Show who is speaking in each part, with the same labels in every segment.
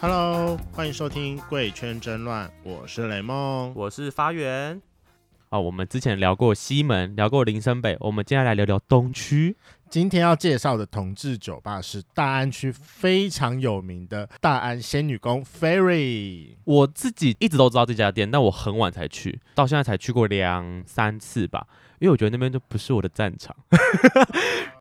Speaker 1: Hello，欢迎收听《贵圈争乱》，我是雷梦。
Speaker 2: 我是发源。
Speaker 3: 哦，我们之前聊过西门，聊过林森北，我们接下来聊聊东区。
Speaker 1: 今天要介绍的同志酒吧是大安区非常有名的大安仙女宫 Ferry。
Speaker 3: 我自己一直都知道这家店，但我很晚才去，到现在才去过两三次吧，因为我觉得那边就不是我的战场。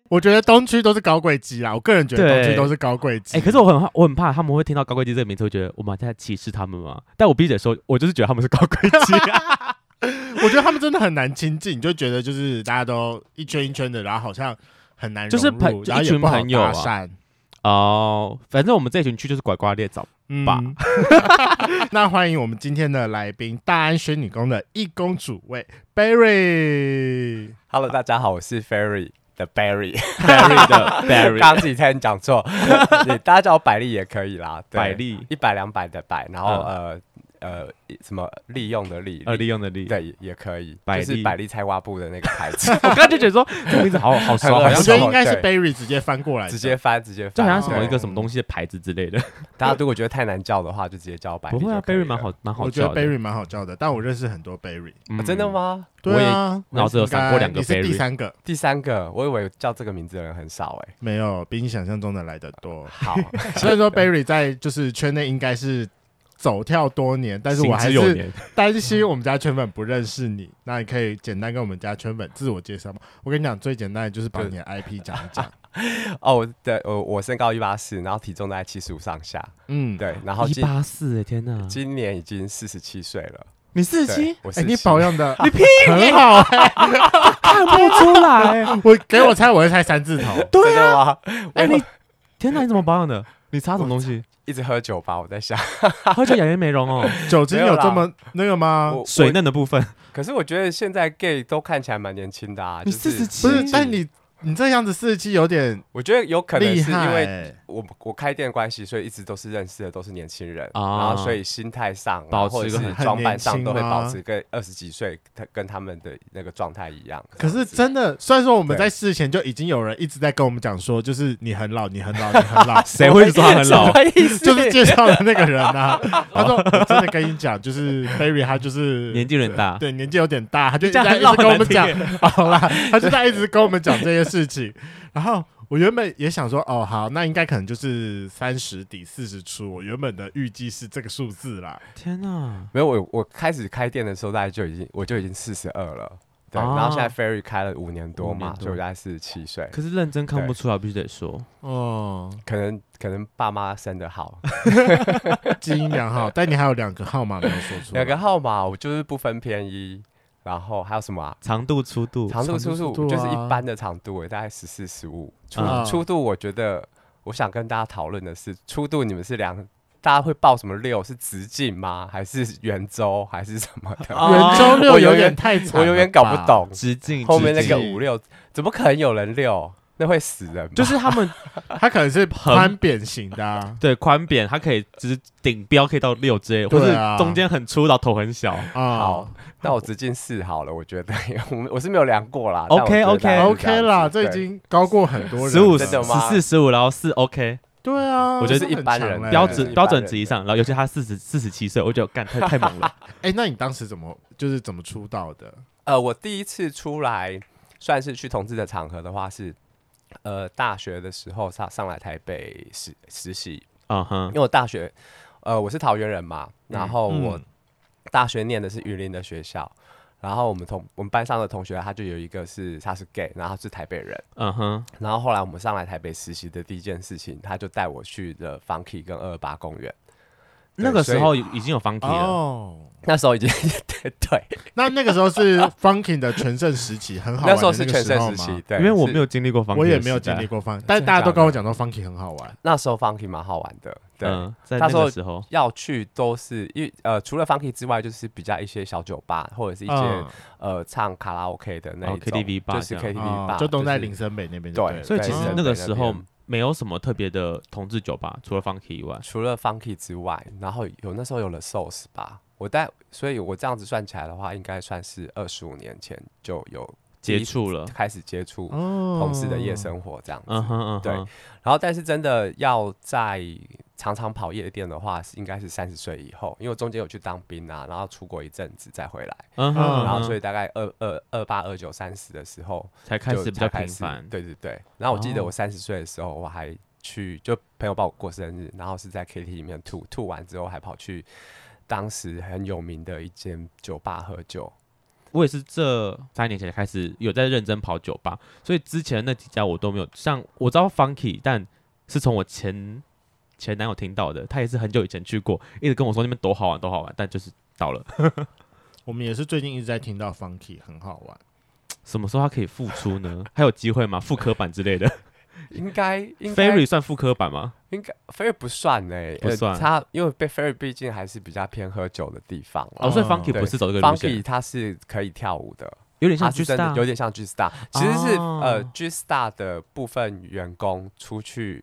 Speaker 1: 我觉得东区都是高贵鸡啦，我个人觉得东区
Speaker 3: 对
Speaker 1: 都是高贵鸡。
Speaker 3: 哎、可是我很怕，我很怕他们会听到高贵鸡这个名字，会觉得我们在歧视他们嘛。但我必须得说，我就是觉得他们是高贵鸡、
Speaker 1: 我觉得他们真的很难亲近，你就觉得就是大家都一圈一圈的，然后好像很难
Speaker 3: 就是
Speaker 1: 融入
Speaker 3: 朋就
Speaker 1: 然后
Speaker 3: 一
Speaker 1: 也
Speaker 3: 群
Speaker 1: 不好
Speaker 3: 朋友
Speaker 1: 搭
Speaker 3: 啊
Speaker 1: 讪。
Speaker 3: 哦，反正我们这群去就是拐瓜裂 枣。吧
Speaker 1: 嗯， 那欢迎我们今天的来宾，大安仙女宫的一公主位 Berry。
Speaker 4: Hello，大家好，我是 Ferry 的 Barry。
Speaker 3: Barry 的 Barry，
Speaker 4: 刚刚自己差点 讲错，对大家叫我百丽也可以啦。对
Speaker 3: 百利，嗯
Speaker 4: 一百两百的百，然后、呃呃什么利用的利，
Speaker 3: 呃，利用的利。
Speaker 4: 对也也可以，
Speaker 3: 百
Speaker 4: 就是
Speaker 3: 利，
Speaker 4: 百丽菜花布的那个牌子
Speaker 3: 我刚刚就觉得说这个名字好好熟，
Speaker 4: 很
Speaker 3: 好
Speaker 4: 耳
Speaker 1: 我
Speaker 3: 像
Speaker 1: 觉
Speaker 4: 熟
Speaker 1: 得应该是
Speaker 4: 对
Speaker 1: Berry 直接翻过来的，
Speaker 4: 直接翻直接翻，
Speaker 3: 就好像什么
Speaker 4: 对
Speaker 3: 一个什么东西的牌子之类的。
Speaker 4: 大家如果觉得太难叫的话，就直接叫百丽
Speaker 3: 不
Speaker 4: 就可
Speaker 3: 会
Speaker 4: 以
Speaker 3: 啊
Speaker 4: 了。
Speaker 3: ，Barry 蛮好蛮好
Speaker 1: 我觉
Speaker 3: 笑
Speaker 1: 得
Speaker 3: 的。
Speaker 1: Berry 蛮好叫的，但我认识很多 Berry。
Speaker 4: 啊
Speaker 3: 嗯
Speaker 4: 真的？吗？
Speaker 1: 对啊，
Speaker 3: 我也脑子有
Speaker 1: 应该
Speaker 3: 闪过两个
Speaker 1: 你是第
Speaker 3: Berry
Speaker 1: 三个，
Speaker 4: 第三个，我以为叫这个名字的人很 少哎、。
Speaker 1: 没有比你想象中的来的多
Speaker 4: 好，
Speaker 1: 虽然说 Berry 在就是圈内应该是走跳多年，但是我还
Speaker 3: 行之有
Speaker 1: 是
Speaker 3: 年。
Speaker 1: 担心我们家圈粉不认识你。那你可以简单跟我们家圈粉自我介绍吗？我跟你讲，最简单的就是把
Speaker 4: 对
Speaker 1: 你的 IP 讲一讲。
Speaker 4: 哦，我的我我身高一八四，然后体重大概七十五上下，
Speaker 1: 嗯，
Speaker 4: 对，然后
Speaker 3: 一
Speaker 4: 今
Speaker 3: 八四哎，天哪！
Speaker 4: 今年已经四十七岁了。
Speaker 3: 你四
Speaker 4: 对
Speaker 3: 七，
Speaker 4: 我是
Speaker 1: 哎，你保 养的
Speaker 3: 你屁
Speaker 1: 很 好哎欸，
Speaker 3: 看不出 来。
Speaker 1: 我给我猜，我会猜三字头。
Speaker 4: 真的
Speaker 1: 啊
Speaker 4: 吗？
Speaker 3: 哎，你天哪，你怎么保养的？你擦什么东西？
Speaker 4: 一直喝酒吧，我在想，
Speaker 3: 喝酒养颜美容哦。
Speaker 1: 酒精有这么那个吗？
Speaker 4: 我
Speaker 3: 水
Speaker 4: 我
Speaker 3: 嫩的部分，
Speaker 4: 可是我觉得现在 gay 都看起来蛮年轻的啊，
Speaker 3: 你
Speaker 4: 就
Speaker 3: 四十
Speaker 4: 是
Speaker 3: 七
Speaker 1: 不，是，但你你这样子四十七有点
Speaker 4: 我觉得有可能
Speaker 1: 厉
Speaker 4: 是因
Speaker 1: 害
Speaker 4: 为
Speaker 1: 欸。
Speaker 4: 我我开店关系，所以一直都是认识的都是年轻人，
Speaker 3: 啊
Speaker 4: 然后所以心态上，
Speaker 3: 保
Speaker 4: 然后或
Speaker 3: 持一
Speaker 4: 者
Speaker 3: 个，
Speaker 4: 是
Speaker 1: 很
Speaker 4: 装扮
Speaker 1: 很
Speaker 4: 上
Speaker 1: 年轻啊
Speaker 4: 都会
Speaker 1: 吗
Speaker 4: 保持跟二十几岁他跟他们的那个状态一样。
Speaker 1: 可是真的，虽然说我们在事前就已经有人一直在跟我们讲说，就是你很老，你很老，你很老
Speaker 3: 谁会说他很老？
Speaker 4: 什么意 思？
Speaker 1: 就是介绍的那个人啊。他说：“我真的跟你讲，就是 Barry，他就是
Speaker 3: 年纪有点大，
Speaker 1: 对年纪有点大，他就一直
Speaker 3: 啊
Speaker 1: 在
Speaker 3: 这样很
Speaker 1: 一直
Speaker 3: 老
Speaker 1: 跟我
Speaker 3: 很
Speaker 1: 们讲
Speaker 3: 难，
Speaker 1: 好啦，他就在一直跟我们讲这些事情。然后我原本也想说，哦，好，那应该可能就是三十底四十出，我原本的预计是这个数字啦。
Speaker 3: 天哪！
Speaker 4: 没有我我开始开店的时候，大概就已经我就已经四十二了，对，
Speaker 3: 啊
Speaker 4: 然后现在 Ferry 开了五年多
Speaker 3: 五年
Speaker 4: 嘛，
Speaker 3: 多
Speaker 4: 所以我大概四十七岁。
Speaker 3: 可是认真看不出来，必须得说，
Speaker 1: 哦，
Speaker 4: 可能可能爸妈生的好，
Speaker 1: 基因良好，但你还有两个号码没有说出来。
Speaker 4: 两个号码我就是不分偏一，然后还有什么啊？
Speaker 3: 长度粗度，
Speaker 4: 长度
Speaker 1: 长
Speaker 4: 粗
Speaker 1: 度
Speaker 4: 度
Speaker 1: 粗度
Speaker 4: 就是
Speaker 1: 啊
Speaker 4: 一般的长度，大概十四十五。粗
Speaker 1: 啊
Speaker 4: 粗度我觉得我想跟大家讨论的是，粗度你们是量，大家会报什么六？是直径吗？还是圆周？还是什么的？
Speaker 3: 啊
Speaker 1: 圆周六
Speaker 4: 我有
Speaker 1: 有
Speaker 4: 点
Speaker 1: 点太长，
Speaker 4: 我永远搞不。懂。
Speaker 3: 直径，
Speaker 4: 后面那
Speaker 3: 啊直
Speaker 4: 个
Speaker 3: 径
Speaker 4: 五六，怎么可能有人六？那会死人吧。
Speaker 3: 就是他 们。
Speaker 1: 它可能是宽扁型的、啊
Speaker 3: 对宽扁，它可以就是顶标可以到六之类，或
Speaker 1: 对
Speaker 3: 者
Speaker 1: 啊
Speaker 3: 中间很粗，然后头很小。
Speaker 4: 好，那我直径四好了，我觉得我我是没有量过啦。但我
Speaker 3: OK，
Speaker 4: 觉得
Speaker 3: OK
Speaker 4: 大概是
Speaker 1: OK
Speaker 4: 样
Speaker 1: 啦，
Speaker 4: 子
Speaker 1: 这已
Speaker 4: 对
Speaker 1: 经高过很多人了。
Speaker 3: 十五、
Speaker 4: 真
Speaker 3: 十
Speaker 4: 的吗
Speaker 3: 四、十五，然后四 OK，
Speaker 1: 对啊，
Speaker 3: 我觉得
Speaker 1: 这
Speaker 4: 是一般人
Speaker 1: 很常欸
Speaker 3: 标
Speaker 4: 对
Speaker 3: 准
Speaker 4: 对
Speaker 3: 标准值以上。然后尤其他四十四十七岁，我觉得干太太猛了。
Speaker 1: 哎、那你当时怎么就是怎么出道的？
Speaker 4: 呃，我第一次出来算是去同志的场合的话是，呃，大学的时候上上来台北实实习，
Speaker 3: 啊哈
Speaker 4: 因，为我大学，呃，我是桃园人嘛，然后我
Speaker 1: 嗯
Speaker 4: 大学念的是云林的学校，然后我们同我们班上的同学他就有一个是他是 gay，然后他是台北人，
Speaker 3: 嗯哼，
Speaker 4: 然后后来我们上来台北实习的第一件事情，他就带我去了 Funky 跟二二八公园，
Speaker 3: 那个
Speaker 4: 所
Speaker 3: 时
Speaker 4: 以
Speaker 3: 候已已经有 funky 了，
Speaker 1: 哦，
Speaker 4: 那时候已经 对对，
Speaker 1: 那那个时候 是 Funkin 的全盛时期，很好玩。
Speaker 4: 那时候是全盛时期，，对，
Speaker 3: 因为我
Speaker 4: 是
Speaker 3: 没有经历过 funky，
Speaker 1: 我也
Speaker 3: 的
Speaker 1: 没有
Speaker 3: 时代
Speaker 1: 经历过 Fun，但
Speaker 4: 的
Speaker 1: 大家都
Speaker 4: 假的
Speaker 1: 跟我讲说 Funkin 很好玩。
Speaker 4: 那时候 Funky 蛮好玩的，对。
Speaker 3: 嗯，在
Speaker 4: 那
Speaker 3: 那
Speaker 4: 时候
Speaker 3: 个时候，
Speaker 4: 要去都是因为呃，除了 funky 之外，就是比较一些小酒吧或者是一些、
Speaker 1: 嗯
Speaker 4: 呃唱卡拉 OK 的那
Speaker 3: 哦
Speaker 4: 一种、
Speaker 3: KTV 吧
Speaker 4: 就
Speaker 3: 这
Speaker 4: 是
Speaker 3: 样哦
Speaker 4: KTV 吧，
Speaker 1: 嗯就都在
Speaker 4: 是
Speaker 1: 林森北那边就
Speaker 4: 对
Speaker 1: 对了。
Speaker 3: 所以其实
Speaker 1: 对
Speaker 3: 那个
Speaker 4: 对
Speaker 3: 时候
Speaker 4: 那边
Speaker 3: 没有什么特别的同志酒吧，除了 funky 以外，
Speaker 4: 除了 funky 之外，然后有那时候有了 Souls 吧，我在，所以我这样子算起来的话，应该算是二十五年前就有第
Speaker 3: 接
Speaker 4: 一
Speaker 3: 触了，
Speaker 4: 开始接触
Speaker 1: 哦
Speaker 4: 同事的夜生活这样子。
Speaker 3: 嗯哼嗯
Speaker 4: 对
Speaker 3: 哼，
Speaker 4: 然后但是真的要在常常跑夜店的话，是应该是三十岁以后，因为我中间有去当兵啊，然后出国一阵子再回来，
Speaker 3: 嗯哼，
Speaker 1: 嗯
Speaker 4: 然后所
Speaker 3: 以
Speaker 4: 以大概二二二八二九三十的时候
Speaker 3: 才开
Speaker 4: 就
Speaker 3: 始比
Speaker 4: 才
Speaker 3: 较
Speaker 4: 开
Speaker 3: 频
Speaker 4: 始
Speaker 3: 繁。
Speaker 4: 对对对。然后我记得
Speaker 3: 哦
Speaker 4: 我三十岁的时候，我还去就朋友帮我过生日，然后是在 KT 里面吐吐完之后，还跑去当时很有名的一间酒吧喝酒。
Speaker 3: 我也是这三年前开始有在认真跑酒吧，所以之前那几家我都没有。像我知道 Funky，但是从我前前男友听到的，他也是很久以前去过，一直跟我说那边多好玩，多好玩，但就是倒了。
Speaker 1: 我们也是最近一直在听到 Funky 很好玩，
Speaker 3: 什么时候他可以复出呢？ 还有机会吗？复刻版之类的
Speaker 4: 应该 应该
Speaker 3: ？Ferry 算复刻版吗？
Speaker 4: 应该 Ferry 不算呢、
Speaker 3: 不
Speaker 4: 呃
Speaker 3: 算
Speaker 4: 他因为被 Ferry 毕竟还是比较偏喝酒的地方啦
Speaker 3: 哦，所以
Speaker 1: 哦
Speaker 3: Funky
Speaker 4: 呃对
Speaker 3: 不是走这个路
Speaker 4: Funky
Speaker 3: 线，
Speaker 4: 他是可以跳舞的，
Speaker 3: 有点像
Speaker 4: 他是
Speaker 3: 啊 G
Speaker 4: 真的
Speaker 3: Star，
Speaker 4: 有点像 G Star，其实是、
Speaker 3: 哦
Speaker 4: 呃 G Star 的部分员工出去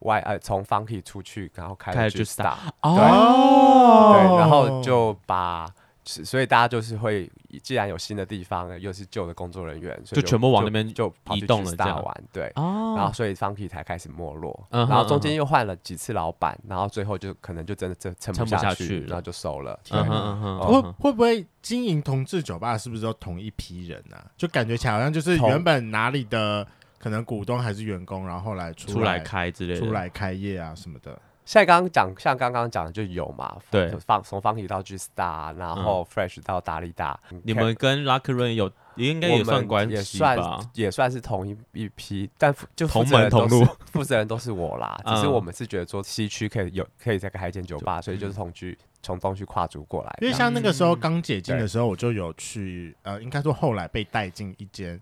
Speaker 4: 外呃从 Funky 出去，然后开
Speaker 3: 开
Speaker 4: 了
Speaker 3: 了
Speaker 4: G
Speaker 3: G-Star
Speaker 4: Star，
Speaker 1: 哦
Speaker 4: 对，然后就把。是所以大家就是会，既然有新的地方，又是旧的工作人员，所
Speaker 3: 就
Speaker 4: 以
Speaker 3: 全部往那边
Speaker 4: 就跑去
Speaker 3: 移动了
Speaker 4: G
Speaker 3: 这
Speaker 4: Star
Speaker 3: 样
Speaker 4: 玩，对，然后
Speaker 3: 哦，
Speaker 4: 所以 Funky 才开始没落，
Speaker 3: 嗯哼
Speaker 4: 然后中
Speaker 3: 嗯
Speaker 4: 间
Speaker 3: 哼
Speaker 4: 又换了几次老板，然后最后就可能就真的真撑
Speaker 3: 撑不
Speaker 4: 下
Speaker 3: 下去
Speaker 4: 然后
Speaker 3: 了
Speaker 4: 就收了。
Speaker 1: 天
Speaker 3: 嗯哼
Speaker 1: 哪
Speaker 3: 嗯哼，
Speaker 1: 会
Speaker 3: 嗯
Speaker 4: 哦
Speaker 3: 哼
Speaker 1: 会不会经营同志酒吧是不是都同一批人啊？就感觉起来好像就是
Speaker 4: 同
Speaker 1: 原本哪里的可能股东还是员工，然后后来
Speaker 3: 出来
Speaker 1: 来
Speaker 3: 开之类的，
Speaker 1: 出来开业啊什么的。
Speaker 4: 现在刚刚讲，像刚刚讲的就有嘛，
Speaker 3: 对嗯
Speaker 4: 就放从 Funky 到 G Star，然后 Fresh 到达利达，
Speaker 3: 你们跟 Lucky Run 有应该
Speaker 4: 我
Speaker 3: 也算
Speaker 4: 们
Speaker 3: 关
Speaker 4: 也
Speaker 3: 系
Speaker 4: 算
Speaker 3: 吧？
Speaker 4: 也算是同一一批，但负就负
Speaker 3: 同
Speaker 4: 责
Speaker 3: 门
Speaker 4: 人都
Speaker 3: 同
Speaker 4: 是
Speaker 3: 路，
Speaker 4: 负责人都是我啦。只是
Speaker 3: 嗯
Speaker 4: 我们是觉得说西区可以有可以再开一间酒吧，所以就是从区从东区跨足过来这
Speaker 1: 因为
Speaker 4: 样。
Speaker 1: 像那个时候
Speaker 3: 嗯
Speaker 1: 刚解禁的时候，我就有去，呃，应该说后来被带进一间，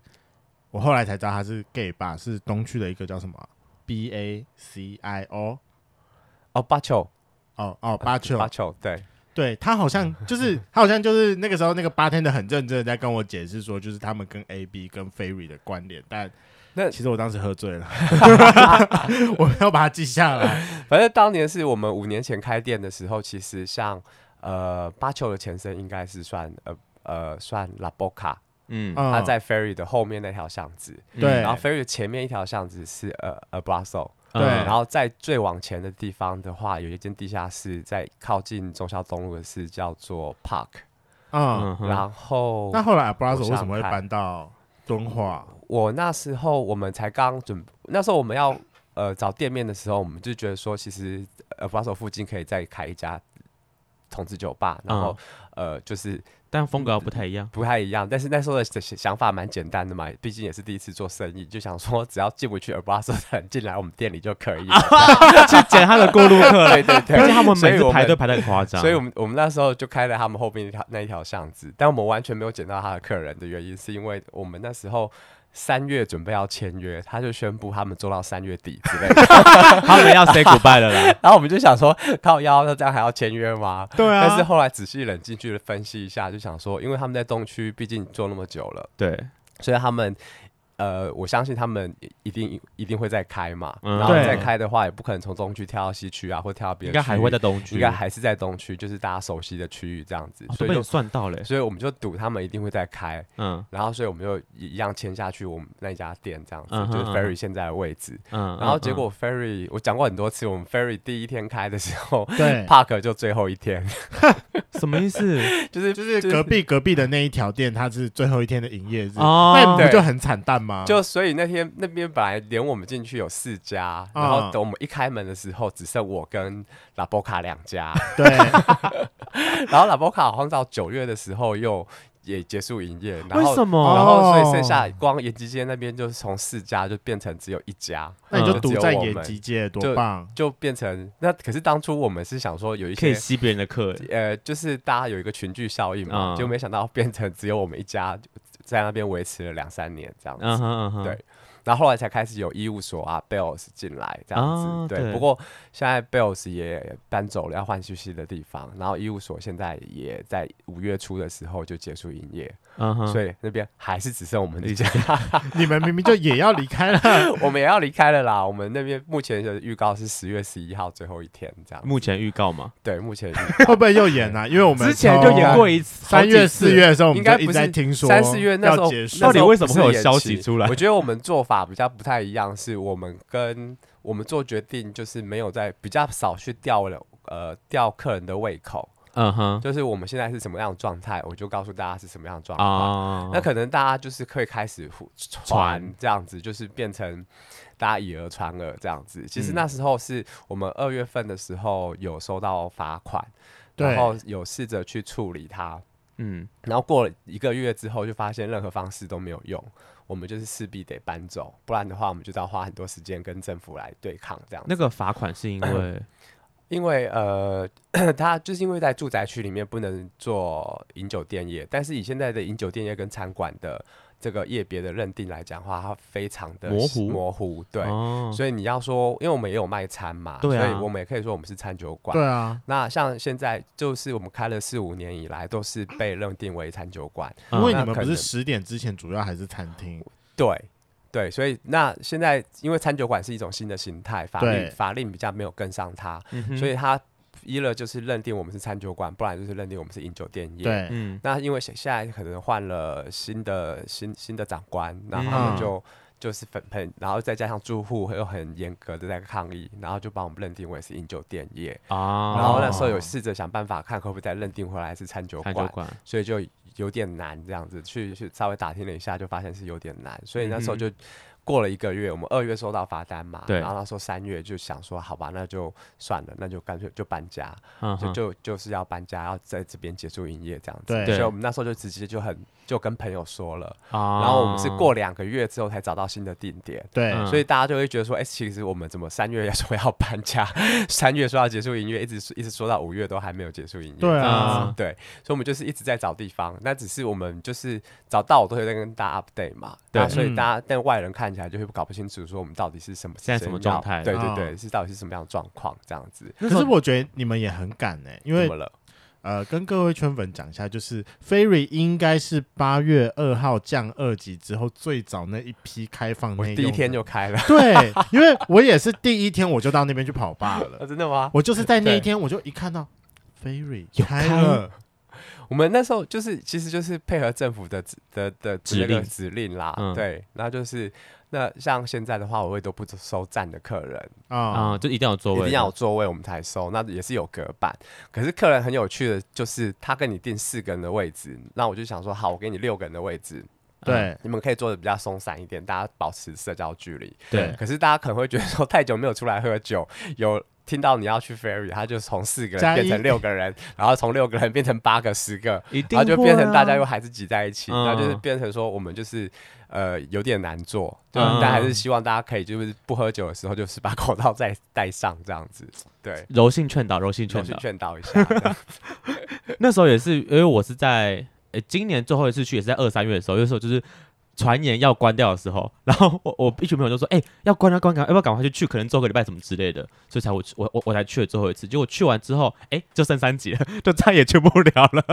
Speaker 1: 我后来才知道它是 gay 吧，是东区的一个叫什么啊 B A C I O，
Speaker 4: 哦，八球
Speaker 1: 哦哦八球
Speaker 4: 呃八，球，对，
Speaker 1: 对他好像就是他好像就是那个时候那个八天的很认真的在跟我解释说，就是他们跟 A B 跟 Ferry 的关联，但
Speaker 4: 那
Speaker 1: 其实我当时喝醉了， 我要把它记下来。
Speaker 4: 反正当年是我们五年前开店的时候，其实像呃八球的前身应该是算呃呃算 La Boca，
Speaker 3: 嗯，
Speaker 1: 嗯
Speaker 4: 它在 Ferry 的后面那条巷子，
Speaker 1: 对
Speaker 4: 然后 Ferry 的前面一条巷子是呃 a b r a s o
Speaker 3: 嗯
Speaker 1: 对
Speaker 4: 然后在最往前的地方的话，有一间地下室，在靠近忠孝东路的是叫做 Park，、
Speaker 1: 嗯，
Speaker 3: 嗯哼，
Speaker 4: 然后
Speaker 1: 那后来啊 b r a
Speaker 4: 我
Speaker 1: z o
Speaker 4: 想
Speaker 1: 为什么会
Speaker 4: 看
Speaker 1: 搬到敦化？
Speaker 4: 我那时候我们才刚准，那时候我们要呃找店面的时候，我们就觉得说，其实呃 b r a s o 附近可以再开一家同志酒吧，然后、呃就是
Speaker 3: 但风格不太一 样，
Speaker 4: 不太一样，但是那时候的想想法蛮简单的嘛，毕竟也是第一次做生意，就想说只要进不去 a b r a s o 的人进来我们店里就可以了。
Speaker 3: 去捡他的过路客，
Speaker 4: 对对对，
Speaker 3: 而且他们
Speaker 4: 所以
Speaker 3: 每次
Speaker 4: 我
Speaker 3: 排队排的很夸张，
Speaker 4: 所以我们我们那时候就开了他们后面一条那一条巷子，但我们完全没有捡到他的客人的原因，是因为我们那时候三月准备要签约，他就宣布他们做到三月底之类 的，
Speaker 3: 他们要 say goodbye 了 啦。
Speaker 4: 然后我们就想说靠腰，那这样还要签约吗？
Speaker 1: 对啊，
Speaker 4: 但是后来仔细冷静去分析一下，就想说，因为他们在东区毕竟做那么久了，
Speaker 3: 对，
Speaker 4: 所以他们。呃，我相信他们一定一定会再开嘛，
Speaker 3: 嗯
Speaker 4: 然后
Speaker 1: 对
Speaker 4: 再开的话，也不可能从中区跳到西区啊，或跳到别
Speaker 3: 应
Speaker 4: 的区域，
Speaker 3: 该还会在东区，
Speaker 4: 应该还是在东区，就是大家熟悉的区域这样子，
Speaker 3: 嗯哦都
Speaker 4: 所以
Speaker 3: 被
Speaker 4: 就
Speaker 3: 你算到了欸。
Speaker 4: 所以我们就赌他们一定会再开，
Speaker 3: 嗯
Speaker 4: 然后所以我们就一样签下去我们那一家店这样子，
Speaker 3: 嗯哼
Speaker 4: 就
Speaker 3: 嗯
Speaker 4: 是
Speaker 3: 哼
Speaker 4: Ferry 现在的位置。
Speaker 3: 嗯，
Speaker 4: 然后
Speaker 3: 嗯
Speaker 4: 结果 Ferry 我讲过很多次，我们 Ferry 第一天开的时候
Speaker 1: 对，
Speaker 4: ，Park 就最后一天，
Speaker 3: 嗯什么意思？
Speaker 4: 就是
Speaker 1: 就是 隔。壁隔壁的那一条店，它是最后一天的营业日，
Speaker 3: 哦
Speaker 1: 那你们
Speaker 4: 对
Speaker 1: 不就很惨淡吗？
Speaker 4: 就所以那天那边本来连我们进去有四家，然
Speaker 3: 嗯
Speaker 4: 后等我们一开门的时候，只剩我跟拉波卡两家，
Speaker 1: 对，
Speaker 3: 嗯
Speaker 4: 然后拉波卡好像到九月的时候又也结束营业，然
Speaker 3: 为
Speaker 4: 后
Speaker 3: 什么？
Speaker 1: 哦
Speaker 4: 然后所以剩下光延吉街那边就是从四家就变成只有一家，
Speaker 1: 那你就
Speaker 3: 嗯
Speaker 1: 独
Speaker 4: 只有
Speaker 1: 占
Speaker 4: 我
Speaker 1: 野
Speaker 4: 们
Speaker 1: 鸡界，多
Speaker 4: 就
Speaker 1: 棒！
Speaker 4: 就变成那可是当初我们是想说有一
Speaker 3: 可以
Speaker 4: 些
Speaker 3: 吸别人的客欸，
Speaker 4: 呃，就是大家有一个群聚效应嘛，
Speaker 3: 嗯
Speaker 4: 就没想到变成只有我们一家在那边维持了两三年这样子。
Speaker 3: 嗯哼嗯哼，
Speaker 4: 对然后后来才开始有医务所啊，Bells 进来这样子。
Speaker 3: 哦
Speaker 4: 对，
Speaker 3: 对
Speaker 4: 不过现在 Bells 也搬走了，要换休息的地方。然后医务所现在也在五月初的时候就结束营业，
Speaker 3: 嗯哼，
Speaker 4: 所以那边还是只剩我们一家。
Speaker 1: 你们明明就也要离开了，
Speaker 4: 我们也要离开了啦。我们那边目前的预告是十月十一号最后一天这样。
Speaker 3: 目前预告嘛，
Speaker 4: 对，目前
Speaker 1: 会不会又演 啊？因为我们
Speaker 3: 之前就演过一次，
Speaker 1: 三月、四月的时候，我们
Speaker 4: 应
Speaker 1: 就
Speaker 4: 该
Speaker 1: 一
Speaker 4: 不
Speaker 1: 直
Speaker 4: 是
Speaker 1: 在听说
Speaker 4: 三四月那时
Speaker 1: 要
Speaker 4: 候
Speaker 1: 结，束
Speaker 4: 那时候
Speaker 3: 到底为什么会有
Speaker 4: 不是延期
Speaker 3: 消息出来
Speaker 4: 我觉得我们做法比较不太一样，是我们跟我们做决定就是没有在比较少去吊了呃吊客人的胃口，
Speaker 3: 嗯哼，
Speaker 4: 就是我们现在是什么样的状态，我就告诉大家是什么样的状态。
Speaker 3: 啊，
Speaker 4: 那可能大家就是会开始互传这样子，就是变成大家以讹传讹这样子。其实
Speaker 3: 嗯
Speaker 4: 那时候是我们二月份的时候有收到罚款，
Speaker 1: 对
Speaker 4: 然后有试着去处理它，
Speaker 3: 嗯，
Speaker 4: 然后过了一个月之后，就发现任何方式都没有用，我们就是势必得搬走，不然的话我们就要花很多时间跟政府来对抗这样子。
Speaker 3: 那个罚款是因为
Speaker 4: 因为呃， 他就是因为在住宅区里面不能做饮酒店业，但是以现在的饮酒店业跟餐馆的这个业别的认定来讲的话，它非常的
Speaker 3: 模糊
Speaker 4: 模糊，对。
Speaker 3: 哦，
Speaker 4: 所以你要说，因为我们也有卖餐嘛，
Speaker 3: 对啊
Speaker 4: 所以我们也可以说我们是餐酒馆。
Speaker 1: 对啊，
Speaker 4: 那像现在就是我们开了四五年以来，都是被认定为餐酒馆。
Speaker 3: 嗯
Speaker 1: 因为
Speaker 4: 那
Speaker 1: 你们
Speaker 4: 可
Speaker 1: 不是
Speaker 4: 能
Speaker 1: 十点之前主要还是餐厅，
Speaker 4: 对对，所以那现在因为餐酒馆是一种新的形态，法
Speaker 1: 对
Speaker 4: 令法令比较没有跟上它，所
Speaker 3: 以
Speaker 4: 以他一了就是认定我们是餐酒馆，不然就是认定我们是饮酒店业。。
Speaker 1: 对，
Speaker 3: 嗯
Speaker 4: 那因为现现在可能换了新的新新的长官，然后他
Speaker 1: 嗯
Speaker 4: 们就、就是粉喷，然后再加上住户又很严格的在抗议，然后就把我们认定为是饮酒店业。
Speaker 3: 啊，
Speaker 4: 然后那时候有试着想办法看可不可以再认定回来是餐酒
Speaker 3: 餐
Speaker 4: 馆，
Speaker 3: 酒馆，
Speaker 4: 所以就有点难这样子去去稍微打听了一下，就发现是有点难，所以那时候就过了一个月，我们二月收到罚单嘛，
Speaker 3: 嗯对
Speaker 4: 然后那时候三月就想说，好吧，那就算了，那就干脆就搬家，
Speaker 3: 嗯
Speaker 4: 就
Speaker 3: 哼
Speaker 4: 就就是要搬家，要在这边结束营业这样子，
Speaker 1: 对
Speaker 4: 所以我们那时候就直接就很就跟朋友说了，
Speaker 3: 啊，
Speaker 4: 然后我们是过两个月之后才找到新的定点。
Speaker 1: 对，
Speaker 3: 嗯
Speaker 4: 所以大家就会觉得说，哎、其实我们怎么三月说要搬家， 三月说要结束营业，一直一直说到五月都还没有结束营业，嗯
Speaker 1: 对
Speaker 3: 啊
Speaker 4: 对，所以我们就是一直在找地方，那只是我们就是找到我都会在跟大家 update 嘛，
Speaker 3: 对
Speaker 4: 那所以
Speaker 1: 嗯
Speaker 4: 大家但外人看起来就会搞不清楚说我们到底是什么
Speaker 3: 现在什么状态
Speaker 4: 对对
Speaker 1: 啊
Speaker 4: 对，是到底是什么样的状况这样子，
Speaker 1: 可是我觉得你们也很敢呢、因
Speaker 4: 怎
Speaker 1: 为
Speaker 4: 么了？
Speaker 1: 呃，跟各位圈粉讲一下，就是飞瑞应该是八月二号降二级之后最早那一批开放
Speaker 4: 我
Speaker 1: 内用的，
Speaker 4: 第一天就开了，
Speaker 1: 对，因为我也是第一天我就到那边去跑吧了，
Speaker 4: 真的吗？
Speaker 1: 我就是在那一
Speaker 4: 对
Speaker 1: 天我就一看到飞瑞
Speaker 3: 有
Speaker 1: 开
Speaker 3: 开
Speaker 1: 了，
Speaker 4: 我们那时候就是，其实就是配合政府的指的的
Speaker 3: 指
Speaker 4: 那个
Speaker 3: 令
Speaker 4: 指令啦，
Speaker 3: 嗯
Speaker 4: 对，那就是那像现在的话，我会都不收站的客人，
Speaker 1: 啊、
Speaker 3: 啊，就一定要有座
Speaker 4: 一
Speaker 3: 位，
Speaker 4: 定要有座位我们才收，那也是有隔板。可是客人很有趣的，就是他跟你订四个人的位置，那我就想说，好，我给你六个人的位置，
Speaker 1: 对，
Speaker 4: 你们可以坐的比较松散一点，大家保持社交距离。
Speaker 3: 对，
Speaker 4: 可是大家可能会觉得说，太久没有出来喝酒，有。听到你要去 ferry，他就从四个人
Speaker 1: 加一
Speaker 4: 变成六个人，然后从六个人变成八个、十个，
Speaker 3: 一定
Speaker 4: 然后就变成大家
Speaker 3: 会
Speaker 4: 又
Speaker 3: 啊
Speaker 4: 还是挤在一起，
Speaker 3: 嗯
Speaker 4: 那就是变成说我们就是呃有点难做，对，
Speaker 3: 嗯
Speaker 4: 但还是希望大家可以就是不喝酒的时候，就是把口罩再戴上这样子，对，
Speaker 3: 柔性劝导，柔性
Speaker 4: 重
Speaker 3: 劝
Speaker 4: 新
Speaker 3: 导。
Speaker 4: 劝导一下，这样
Speaker 3: 那时候也是，因为我是在呃今年最后一次去，也是在二三月的时候，有时候就是传言要关掉的时候，然后我我一群朋友就说，哎、要关要关，赶快要不要赶快去去？可能这个礼拜什么之类的，所以才我我我我才去了最后一次。结果去完之后，哎、就剩三集了，就再也去不了 了。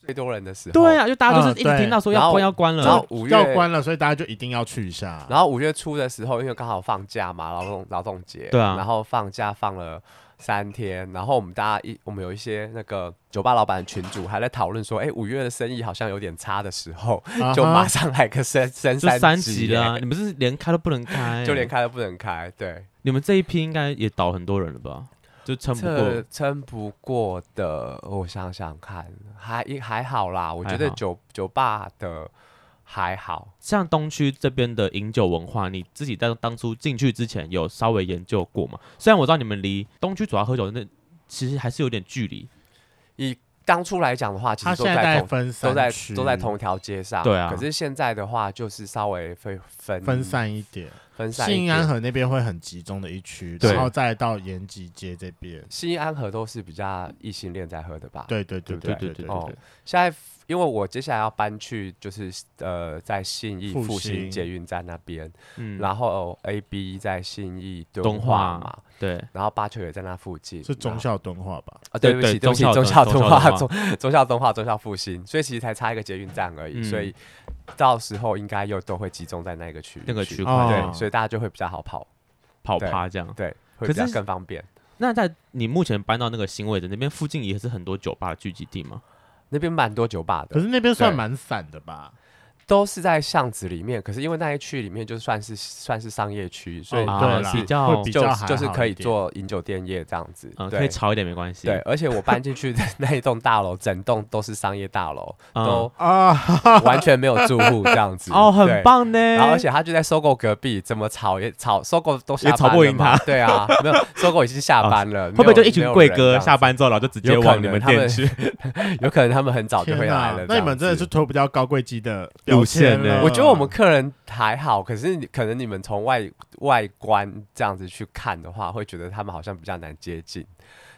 Speaker 4: 最多人的时候，
Speaker 3: 对啊，就大家就是
Speaker 1: 嗯
Speaker 3: 一直
Speaker 1: 对
Speaker 3: 听到说
Speaker 4: 哦然
Speaker 3: 要
Speaker 4: 后
Speaker 3: 关要关
Speaker 4: 然
Speaker 3: 了
Speaker 4: 后，五月
Speaker 1: 要关了，所以大家就一定要去一下。
Speaker 4: 然后五月初的时候，因为刚好放假嘛，劳动劳动节，
Speaker 3: 对啊
Speaker 4: 然后放假放了三天，然后我们大家一我们有一些那个酒吧老板的群主还在讨论说，哎，五月的生意好像有点差的时候，
Speaker 1: 啊
Speaker 4: 就
Speaker 1: 哈
Speaker 4: 马上来个升升
Speaker 3: 就三
Speaker 4: 级
Speaker 3: 集了嗯啊、你们是连开都不能开、
Speaker 4: 就连开都不能开，对。
Speaker 3: 你们这一批应该也倒很多人了吧？就撑不
Speaker 4: 这
Speaker 3: 过，
Speaker 4: 撑不过的，我想想看，还还好啦。我觉
Speaker 3: 还
Speaker 4: 得
Speaker 3: 好
Speaker 4: 酒酒吧的还好，
Speaker 3: 像东区这边的饮酒文化，你自己在当初进去之前有稍微研究过吗？虽然我知道你们离东区主要喝酒的那其实还是有点距离，
Speaker 4: 以当初来讲的话，其
Speaker 1: 他
Speaker 4: 实都
Speaker 1: 现在大概
Speaker 4: 在同
Speaker 1: 分
Speaker 4: 都
Speaker 1: 三
Speaker 4: 在
Speaker 1: 区
Speaker 4: 都在同一条街上。
Speaker 3: 对啊
Speaker 4: 可是现在的话，就是稍微分分
Speaker 1: 分散一点，
Speaker 4: 分散一
Speaker 1: 信安
Speaker 4: 点。
Speaker 1: 河那边会很集中的一区，
Speaker 3: 对
Speaker 1: 然后再到延吉街这边。
Speaker 4: 新安和都是比较异性恋在喝的吧？。
Speaker 1: 对对对
Speaker 3: 对
Speaker 1: 对
Speaker 3: 对对
Speaker 4: 哦
Speaker 3: 对，
Speaker 4: 现在因为我接下来要搬去，就是呃，在信义
Speaker 1: 复
Speaker 4: 复
Speaker 1: 兴
Speaker 4: 兴捷运站那边，
Speaker 3: 嗯，
Speaker 4: 然后哦 A B 在信义
Speaker 3: 东
Speaker 4: 敦
Speaker 3: 化
Speaker 4: 化嘛，
Speaker 3: 对，
Speaker 4: 然后八球也在那附近，
Speaker 1: 是中
Speaker 4: 然后
Speaker 1: 校敦化吧？
Speaker 4: 啊，
Speaker 3: 对
Speaker 4: 对不
Speaker 3: 对
Speaker 4: 起，对不起，
Speaker 3: 中
Speaker 4: 中
Speaker 3: 校
Speaker 4: 校
Speaker 3: 中啊
Speaker 4: 敦
Speaker 3: 校
Speaker 4: 化、
Speaker 3: 敦
Speaker 4: 中中校敦化、中校复兴，所以其实才差一个捷运站而已，
Speaker 3: 嗯
Speaker 4: 所以到时候应该又都会集中在那个区
Speaker 3: 那个区
Speaker 4: 域
Speaker 3: 块、
Speaker 1: 哦
Speaker 4: 对，所以大家就会比较好跑，
Speaker 3: 跑
Speaker 4: 对
Speaker 3: 趴这样。
Speaker 4: 对，会
Speaker 3: 可
Speaker 4: 比较
Speaker 3: 是
Speaker 4: 更方便。
Speaker 3: 那在你目前搬到那个新位置那边附近，也是很多酒吧的聚集地吗？
Speaker 4: 那边蛮多酒吧
Speaker 1: 可
Speaker 4: 的，
Speaker 1: 是那边算
Speaker 4: 对
Speaker 1: 蛮散的吧？
Speaker 4: 都是在巷子里面，可是因为那一区里面就算是算是商业区，所以
Speaker 1: 哦
Speaker 3: 啊
Speaker 1: 对
Speaker 4: 就
Speaker 1: 啦
Speaker 4: 是
Speaker 3: 比较
Speaker 1: 会比
Speaker 4: 就
Speaker 1: 较
Speaker 4: 是
Speaker 1: 还
Speaker 4: 就是
Speaker 1: 好
Speaker 4: 可以
Speaker 1: 一点
Speaker 4: 做饮酒店业这样子，
Speaker 3: 嗯，可以
Speaker 4: 对
Speaker 3: 吵一点没关系。
Speaker 4: 对，，而且我搬进去的那一栋大楼，整栋都是商业大楼，
Speaker 3: 嗯
Speaker 4: 都
Speaker 1: 啊，
Speaker 4: 完全没有住户这样子，
Speaker 3: 哦，
Speaker 4: 对
Speaker 3: 很。棒呢。
Speaker 4: 然后，而且
Speaker 1: 嗯
Speaker 4: 他就在搜狗隔壁，怎么吵也吵，搜狗都下
Speaker 3: 也吵
Speaker 4: 班
Speaker 3: 不
Speaker 4: 了
Speaker 3: 赢他
Speaker 4: 嘛
Speaker 3: 哦
Speaker 4: 对啊，没 有，搜狗已经下班了，
Speaker 3: 会不会就
Speaker 4: 没有
Speaker 3: 一群
Speaker 4: 没有
Speaker 3: 贵
Speaker 4: 人这
Speaker 3: 哥
Speaker 4: 样
Speaker 3: 下班之后，然后就直接
Speaker 4: 有可
Speaker 3: 往你
Speaker 4: 能
Speaker 3: 们
Speaker 4: 他
Speaker 3: 店
Speaker 4: 们
Speaker 3: 去？
Speaker 4: 有可能他们很早就
Speaker 1: 天
Speaker 4: 会来
Speaker 1: 哪
Speaker 4: 了。
Speaker 1: 那你们
Speaker 4: 这
Speaker 1: 真的嗯
Speaker 4: 样
Speaker 1: 是
Speaker 4: 子，
Speaker 1: 脱不掉高贵鸡的表
Speaker 3: 路线
Speaker 1: 现
Speaker 3: 呢
Speaker 1: 了。
Speaker 4: 我觉得我们客人还好，可是你可能你们从外外观这样子去看的话，会觉得他们好像比较难接近。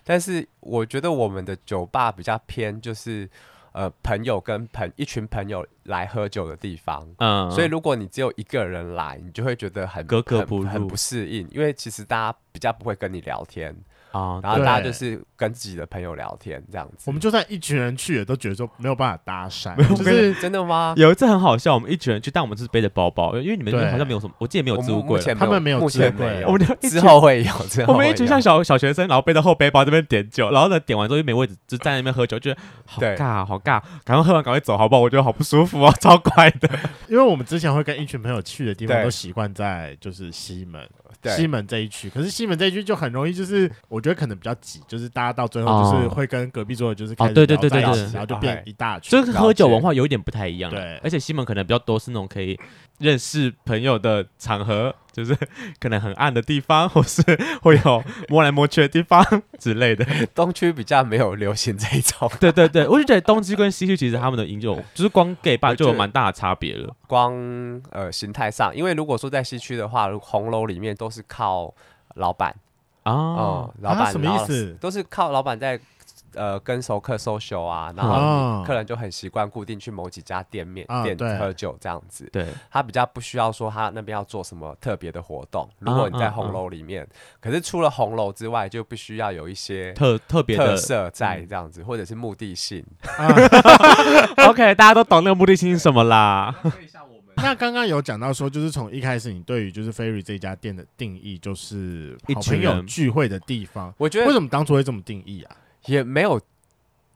Speaker 4: 但是我觉得我们的酒吧比较偏，就是呃朋友跟朋一群朋友来喝酒的地方。
Speaker 3: 嗯，
Speaker 4: 所以如果你只有一个人来，你就会觉得很
Speaker 3: 格格
Speaker 4: 很
Speaker 3: 不入
Speaker 4: 很不适应，因为其实大家比较不会跟你聊天，
Speaker 3: 啊，
Speaker 4: 然后大家
Speaker 1: 对
Speaker 4: 就是跟自己的朋友聊天这样子。
Speaker 1: 我们就算一群人去，也都觉得说没有办法搭讪，
Speaker 4: 就
Speaker 1: 就是是
Speaker 4: 真的吗？
Speaker 3: 有一次很好笑，我们一群人去，但我们是背着包包，因为你们那边
Speaker 1: 对
Speaker 3: 好像没有什么，我记得没有
Speaker 4: 我
Speaker 3: 置物
Speaker 4: 目
Speaker 3: 柜
Speaker 4: 目
Speaker 3: 了。
Speaker 4: 前
Speaker 1: 他们没有
Speaker 4: 目
Speaker 1: 置物
Speaker 4: 前
Speaker 1: 柜
Speaker 4: 没
Speaker 1: 前
Speaker 4: 有
Speaker 3: 我，们一
Speaker 4: 之
Speaker 3: 群
Speaker 4: 后会有，之后
Speaker 3: 我们一
Speaker 4: 会
Speaker 3: 群
Speaker 4: 有
Speaker 3: 像小小学生，然后背着后背包这边点酒，然后呢点完之后就没位置，就站在那边喝酒，觉得好
Speaker 4: 对
Speaker 3: 尬啊好尬，赶快喝完赶快走，好不好？我觉得好不舒服哦， 超怪的。
Speaker 1: 因为我们之前会跟一群朋友去的地方，
Speaker 4: 对
Speaker 1: 都习惯在就是西门，
Speaker 4: 对
Speaker 1: 西门这一区。可是西门这一区就很容易，就是我觉得可能比较挤，就是大家到最后就是
Speaker 3: 哦
Speaker 1: 会跟隔壁桌的就是开始
Speaker 3: 对对
Speaker 1: 聊在
Speaker 3: 对对
Speaker 1: 一
Speaker 3: 对
Speaker 1: 起，
Speaker 3: 对
Speaker 1: 然后就
Speaker 4: OK
Speaker 1: 变一大群
Speaker 3: 就。是喝酒文化有一点不太一样啊，
Speaker 1: 对
Speaker 3: 而且西门可能比较多是那种可以认识朋友的场合，就是 可能很暗的地方，或是 会有摸来摸去的地方 之类的。
Speaker 4: 东区比较没有流行这一种，
Speaker 3: 对对对，我就觉得东区跟西区其实他们的饮酒，就是光 gay 吧
Speaker 4: 我觉
Speaker 3: 就
Speaker 4: 得
Speaker 3: 有蛮大的差别了。
Speaker 4: 光呃形态上，因为如果说在西区的话，如红楼里面都是靠老板
Speaker 3: 啊
Speaker 4: 哦，，老板、
Speaker 1: 啊什么
Speaker 4: 然
Speaker 1: 意
Speaker 4: 后
Speaker 1: 思
Speaker 4: 都是靠老板在呃跟熟客 social 啊，然后
Speaker 3: 嗯
Speaker 1: 啊
Speaker 4: 客人就很习惯固定去某几家店面、
Speaker 1: 啊
Speaker 4: 店
Speaker 1: 对
Speaker 4: 喝酒这样子。
Speaker 3: 对，
Speaker 4: 他比较不需要说他那边要做什么特别的活动。如果你在
Speaker 3: 嗯
Speaker 4: 红
Speaker 3: 嗯
Speaker 4: 楼里面，可是除了红楼之外，就必须要有一些
Speaker 3: 特特别
Speaker 4: 特
Speaker 3: 的嗯
Speaker 4: 色在这样子，或者是目的性。
Speaker 3: OK，大家都懂那个目的性是什么啦。
Speaker 1: 那刚刚有讲到说，就是从一开始你对于就是 Ferry 这家店的定义，就是
Speaker 3: 一
Speaker 1: 好
Speaker 3: 群
Speaker 1: 朋友
Speaker 3: 人
Speaker 1: 聚会的地方。
Speaker 4: 我觉
Speaker 1: 为
Speaker 4: 得
Speaker 1: 什么当初会这么定义啊？
Speaker 4: 也没有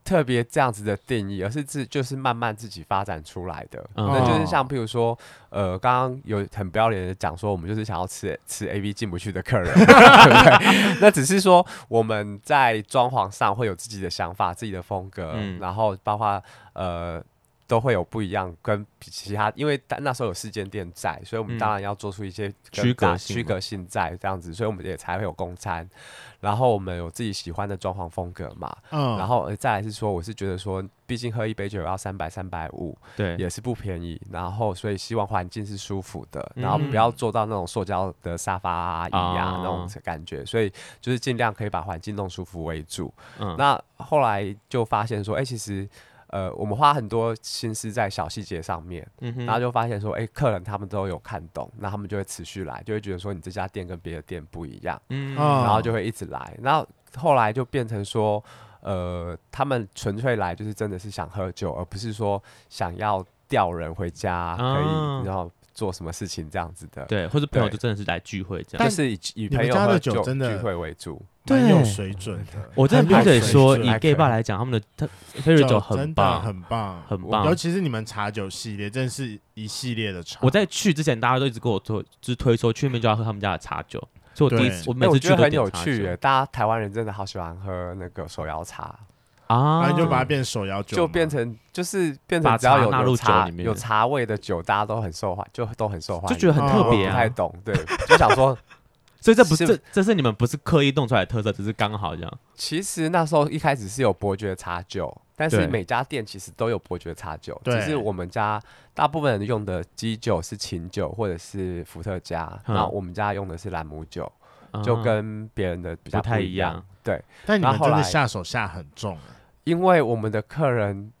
Speaker 4: 特别这样子的定义，而是自就是慢慢自己发展出来的。
Speaker 3: 嗯
Speaker 4: 那就是
Speaker 1: 哦
Speaker 4: 像譬如说，呃，刚刚有很不要脸的讲说，我们就是想要吃吃 A B 进不去的客人， 对不对？那只是说我们在装潢上会有自己的想法、自己的风格，
Speaker 3: 嗯
Speaker 4: 然后包括呃。都会有不一样，跟其他，因为那时候有事件店在，所以我们
Speaker 3: 嗯
Speaker 4: 当然要做出一些跟
Speaker 3: 区隔
Speaker 4: 大
Speaker 3: 性
Speaker 4: 区
Speaker 3: 嘛
Speaker 4: 隔性在这样子，所以我们也才会有公餐，然后我们有自己喜欢的装潢风格嘛，
Speaker 1: 嗯，
Speaker 4: 然后呃再来是说，我是觉得说，毕竟喝一杯酒要三百三百五，
Speaker 3: 对，
Speaker 4: 也是不便宜。然后所以希望环境是舒服的，然后
Speaker 3: 嗯
Speaker 4: 不要做到那种塑胶的沙发啊、椅啊那种
Speaker 3: 啊
Speaker 4: 感觉。所以就是尽量可以把环境弄舒服为主。
Speaker 3: 嗯
Speaker 4: 那后来就发现说，哎、其实。呃，我们花很多心思在小细节上面，
Speaker 3: 嗯
Speaker 4: 然后
Speaker 3: 哼，
Speaker 4: 就发现说，哎、客人他们都有看懂，那他们就会持续来，就会觉得说你这家店跟别的店不一样。
Speaker 3: 嗯
Speaker 1: 哦
Speaker 4: 然后就会一直来。然后后来就变成说，呃，他们纯粹来就是真的是想喝酒，而不是说想要调人回家，可
Speaker 3: 啊
Speaker 4: 以然后做什么事情这样子的。
Speaker 3: 对，或者朋友
Speaker 4: 对
Speaker 3: 就真的是来聚会这
Speaker 4: 就
Speaker 3: 样。
Speaker 4: 是以以
Speaker 1: 你
Speaker 4: 朋
Speaker 1: 们
Speaker 4: 友
Speaker 1: 家的
Speaker 4: 喝
Speaker 1: 酒
Speaker 4: 酒
Speaker 1: 真的
Speaker 4: 聚会为主，
Speaker 1: 蛮有
Speaker 3: 对
Speaker 1: 水准的。
Speaker 3: 我真的必须得说，
Speaker 1: 很有
Speaker 3: 以
Speaker 4: 水
Speaker 3: gay
Speaker 4: 准
Speaker 3: 吧来讲，他们的他 Ferry 酒很
Speaker 1: 真的
Speaker 3: 棒，
Speaker 1: 很棒，
Speaker 3: 很
Speaker 4: 我
Speaker 3: 棒
Speaker 1: 尤。其是你们茶酒系列，真的是一系列的茶。
Speaker 3: 我在去之前，大家都一直跟我推，就是推说去那边就要喝他们家的茶酒，所以我第一次
Speaker 1: 对
Speaker 3: 我
Speaker 4: 哎
Speaker 3: 每
Speaker 4: 我
Speaker 3: 次去
Speaker 4: 觉得
Speaker 3: 都
Speaker 4: 很
Speaker 3: 点
Speaker 4: 有
Speaker 3: 茶
Speaker 4: 趣
Speaker 3: 酒
Speaker 4: 耶。大家台湾人真的好喜欢喝那个手摇茶，
Speaker 3: 啊
Speaker 1: 然后你就把它变手摇酒嘛，
Speaker 4: 就变成就是变
Speaker 3: 把
Speaker 4: 成只要
Speaker 3: 茶
Speaker 4: 有
Speaker 3: 纳
Speaker 4: 有
Speaker 3: 入酒
Speaker 4: 茶
Speaker 3: 里面
Speaker 4: 有茶味的酒，大家都很受欢，就都很受欢
Speaker 3: 就
Speaker 4: 迎。
Speaker 3: 觉得很特
Speaker 4: 我
Speaker 3: 别
Speaker 4: 不太
Speaker 3: 啊。
Speaker 4: 懂，对，就想说
Speaker 3: 所以这不是
Speaker 4: 是
Speaker 3: 这这是你们不是刻意弄出来的特色，只是刚好这样。
Speaker 4: 其实那时候一开始是有伯爵茶酒，但
Speaker 3: 对
Speaker 4: 是每家店其实都有伯爵茶酒，
Speaker 1: 对
Speaker 4: 只是我们家大部分人用的基酒是琴酒或者是伏特加，
Speaker 3: 嗯
Speaker 4: 然后我们家用的是兰姆酒，就
Speaker 3: 啊
Speaker 4: 跟别人的比较
Speaker 3: 不太
Speaker 4: 一
Speaker 3: 一样。
Speaker 4: 对，
Speaker 1: 但你们
Speaker 4: 然后后
Speaker 1: 真的
Speaker 4: 来
Speaker 1: 下手下很重，欸
Speaker 4: 因为我们的客人。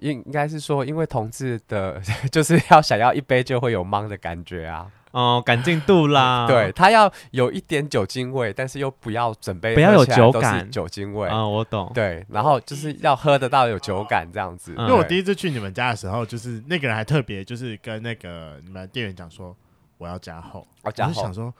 Speaker 4: 应应该是说，因为同志的， 就是要想要一杯就会有懵的感觉啊。
Speaker 3: 哦，赶进度啦。
Speaker 4: 对，他要有一点酒精味，但是又不要准备
Speaker 3: 不要有酒感
Speaker 4: 酒精味。
Speaker 3: 啊，我懂。
Speaker 4: 对，然后就是要喝得到有酒感这样子。
Speaker 3: 嗯
Speaker 1: 因为我
Speaker 4: 对
Speaker 1: 第一次去你们家的时候，就是那个人还特别就是跟那个你们店员讲说我要加厚，
Speaker 4: 我
Speaker 1: 我
Speaker 4: 加
Speaker 1: 就
Speaker 4: 厚
Speaker 1: 想说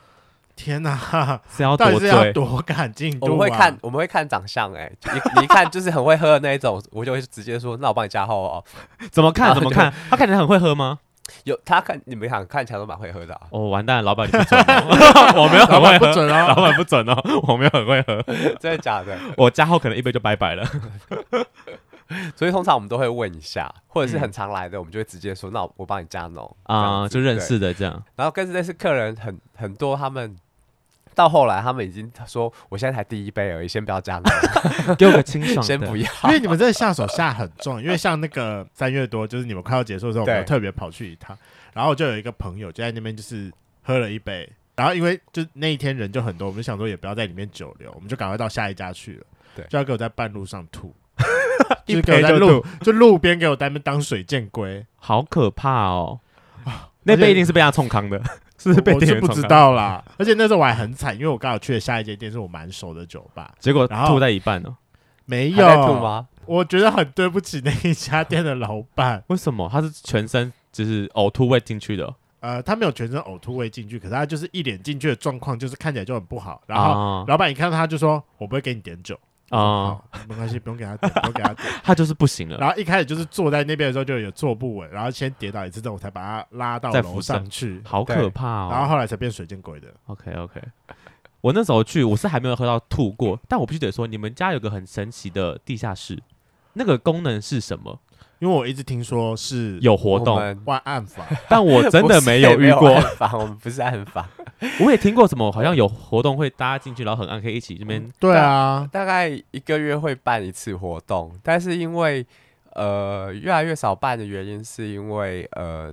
Speaker 1: 天哪，
Speaker 3: 是要
Speaker 1: 到
Speaker 3: 多
Speaker 1: 底是
Speaker 3: 醉
Speaker 1: 要多赶进度
Speaker 4: 我
Speaker 1: 啊？
Speaker 4: 们会看，我们会看长相、欸，哎，你你一看就是很会喝的那一种，我就会直接说，那我帮你加厚哦。
Speaker 3: 怎么看？
Speaker 4: 啊
Speaker 3: 怎么看？他看起来很会喝吗？
Speaker 4: 有他看你们想看起来都蛮会喝 的、啊，
Speaker 3: 哦，完蛋了，老板你不准哦， 我没有
Speaker 1: 老
Speaker 3: 很会
Speaker 1: 板不
Speaker 3: 喝，
Speaker 1: 准
Speaker 3: 老
Speaker 1: 哦。
Speaker 3: 板不准哦，我没有很会喝，
Speaker 4: 真的假的？
Speaker 3: 我加号可能一杯就拜拜了。
Speaker 4: 所以通常我们都会问一下，或
Speaker 3: 嗯
Speaker 4: 者是很常来的，我们就会直接说，那我帮你加浓
Speaker 3: 啊、
Speaker 4: 这样子
Speaker 3: 就认
Speaker 4: 对
Speaker 3: 识的这样，
Speaker 4: 然后跟这是客人很很多，他们到后来他们已经说，我现在才第一杯而已，先不要加奶，
Speaker 3: 给我个清爽的，，
Speaker 4: 先不要。
Speaker 1: 因为你们真的下手下很重，因为像那个三月多，就是你们快要结束的时候，我
Speaker 4: 对
Speaker 1: 们有特别跑去一趟，然后我就有一个朋友就在那边就是喝了一杯，然后因为就那一天人就很多，我们就想说也不要在里面久留，我们就赶快到下一家去了，
Speaker 4: 对
Speaker 1: 就要给我在半路上吐就
Speaker 3: 一
Speaker 1: 是给我
Speaker 3: 杯
Speaker 1: 在
Speaker 3: 就
Speaker 1: 路就路边给我在那边当水箭龟，
Speaker 3: 好可怕哦！那杯一定是被他冲康的， 是不是
Speaker 1: 我
Speaker 3: 被
Speaker 1: 我
Speaker 3: 店
Speaker 1: 是
Speaker 3: 员
Speaker 1: 不
Speaker 3: 冲
Speaker 1: 知
Speaker 3: 康，
Speaker 1: 道啦，而且那时候我还很惨，因为我刚好去的下一间店是我蛮熟的酒吧，
Speaker 3: 结果
Speaker 1: 然后
Speaker 3: 吐在一半哦。
Speaker 1: 没
Speaker 4: 还在吐
Speaker 1: 有，
Speaker 4: 吗？
Speaker 1: 我觉得很对不起那一家店的老板。
Speaker 3: 为什么他是全身就是呕吐味进去的？哦
Speaker 1: 呃，他没有全身呕吐味进去，可是他就是一脸进去的状况，就是看起来就很不好。然后、
Speaker 3: 啊
Speaker 1: 老板一看到他就说：“我不会给你点酒
Speaker 3: 啊、
Speaker 1: 哦，没关系，不用给他点，不用给他点。
Speaker 3: 他就是不 行”了。
Speaker 1: 然后一开始就是坐在那边的时候就有坐不稳，然后先跌倒一次之后，我才把他拉到
Speaker 3: 再扶
Speaker 1: 楼上 去，
Speaker 3: 好可怕
Speaker 1: 然后
Speaker 3: 哦
Speaker 1: 后来才变水箭鬼的。
Speaker 3: ！OK OK，我 那时候去，我是还没有喝到吐过，但我必须得说，你们家有个很神奇的地下室，那个功能是什么？
Speaker 1: 因为我一直听说是
Speaker 3: 有活
Speaker 4: 我
Speaker 3: 动，
Speaker 4: 们
Speaker 1: 万案法，
Speaker 3: 但我真的没有遇过。
Speaker 4: 暗访，我们不是 暗访，
Speaker 3: 我也听过什么，好像有活动会大家进去，然后很暗，可以一起这边
Speaker 1: 对啊，
Speaker 4: 大概一个月会办一次活动，但是因为呃越来越少办的原因，是因为呃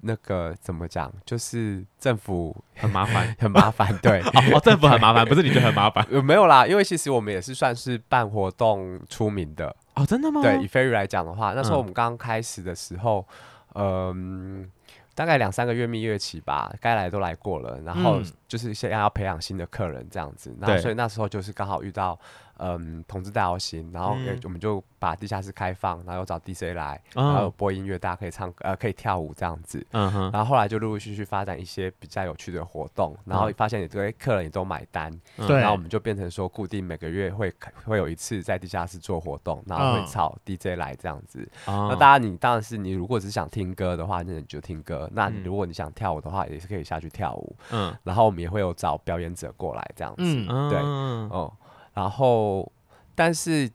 Speaker 4: 那个怎么讲，就是政府
Speaker 3: 很麻烦。
Speaker 4: 很麻烦， 对。
Speaker 3: 哦，政府很麻烦，不是你觉得很麻 烦
Speaker 4: 呃，没有啦，因为其实我们也是算是办活动出名的，
Speaker 3: 哦？真的吗？
Speaker 4: 对，以飞鱼来讲的话，那时候
Speaker 3: 嗯
Speaker 4: 我们刚开始的时候，嗯、大概两三个月蜜月期吧，该来都来过了，然后
Speaker 1: 嗯
Speaker 4: 就是现在要培养新的客人这样子，然后
Speaker 3: 对
Speaker 4: 所以那时候就是刚好遇到嗯同志大游行，然后
Speaker 3: 嗯
Speaker 4: 我们就把地下室开放，然后又找 DJ 来，然后有
Speaker 3: 嗯
Speaker 4: 播音乐，大家可以唱歌呃可以跳舞这样子，
Speaker 3: 嗯哼，
Speaker 4: 然后后来就陆陆续续发展一些比较有趣的活动，然后
Speaker 3: 嗯
Speaker 4: 发现也对客人也都买单，
Speaker 3: 嗯
Speaker 1: 对
Speaker 4: 然后啊我们就变成说，固定每个月会开会有一次在地下室做活动，然后会
Speaker 1: 嗯
Speaker 4: 找 DJ 来这样子。
Speaker 3: 啊
Speaker 4: 那大家你当然是你如果只想听歌的话，那你就听歌；那你
Speaker 3: 嗯
Speaker 4: 如果你想跳舞的话，也是可以下去跳舞。
Speaker 3: 嗯
Speaker 4: 然后我们也会有找表演者过来这样子。
Speaker 1: 嗯，
Speaker 3: 嗯
Speaker 4: 对
Speaker 3: 嗯
Speaker 4: 哦、然后但是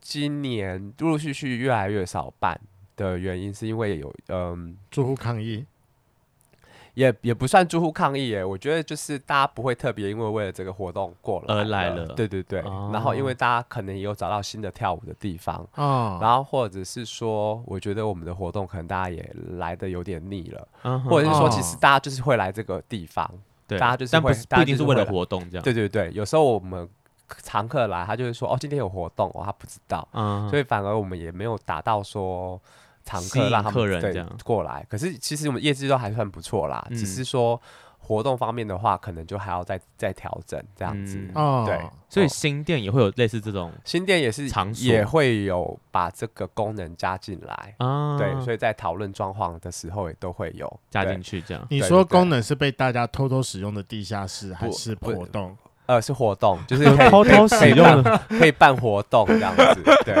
Speaker 4: 今年陆陆续续越来越少办的原因，是因为有嗯。
Speaker 1: 住户抗议，
Speaker 4: 也也不算住户抗议耶，我觉得就是大家不会特别因为为了这个活动过来
Speaker 3: 而来
Speaker 4: 了
Speaker 3: 了
Speaker 4: 对对对。
Speaker 3: 哦
Speaker 4: 然后因为大家可能也有找到新的跳舞的地方，
Speaker 1: 哦，
Speaker 4: 然后或者是说，我觉得我们的活动可能大家也来的有点腻了，
Speaker 3: 嗯哼
Speaker 4: 或者是说，
Speaker 1: 哦
Speaker 4: 其实大家就是会来这个地方。
Speaker 3: 对，
Speaker 4: 大家就是
Speaker 3: 但不
Speaker 4: 会
Speaker 3: 是
Speaker 4: 大
Speaker 3: 不
Speaker 4: 家
Speaker 3: 一定
Speaker 4: 就是是
Speaker 3: 为了
Speaker 4: 会
Speaker 3: 活动这样，
Speaker 4: 对对对，有时候我们常客来，他就会说哦，今天有活动，哦，他不知道，
Speaker 3: 嗯，
Speaker 4: 所以反而我们也没有达到说常
Speaker 3: 吸
Speaker 4: 客
Speaker 3: 引
Speaker 4: 让他们
Speaker 3: 客人
Speaker 4: 对
Speaker 3: 这样
Speaker 4: 过来。可是其实我们业绩都还算不错啦，
Speaker 3: 嗯
Speaker 4: 只是说活动方面的话，可能就还要再再调整这样子。
Speaker 3: 嗯
Speaker 1: 哦，
Speaker 4: 对
Speaker 3: 所以新店也会有类似这种
Speaker 4: 新店也是
Speaker 3: 场所
Speaker 4: 也会有把这个功能加进来，
Speaker 3: 啊，
Speaker 4: 对，所
Speaker 3: 以
Speaker 4: 以在讨论装潢的时候也都会有
Speaker 3: 加
Speaker 4: 对
Speaker 3: 进去这样，
Speaker 1: 你
Speaker 4: 对
Speaker 1: 说
Speaker 4: 对对
Speaker 1: 功能是被大家偷偷使用的地下室还
Speaker 4: 不
Speaker 1: 是
Speaker 4: 不
Speaker 1: 活动？
Speaker 4: 呃，是活 动，就是可以
Speaker 3: 偷偷
Speaker 4: 可
Speaker 3: 使
Speaker 4: 以
Speaker 3: 用
Speaker 4: 办可以办活动这样子。对，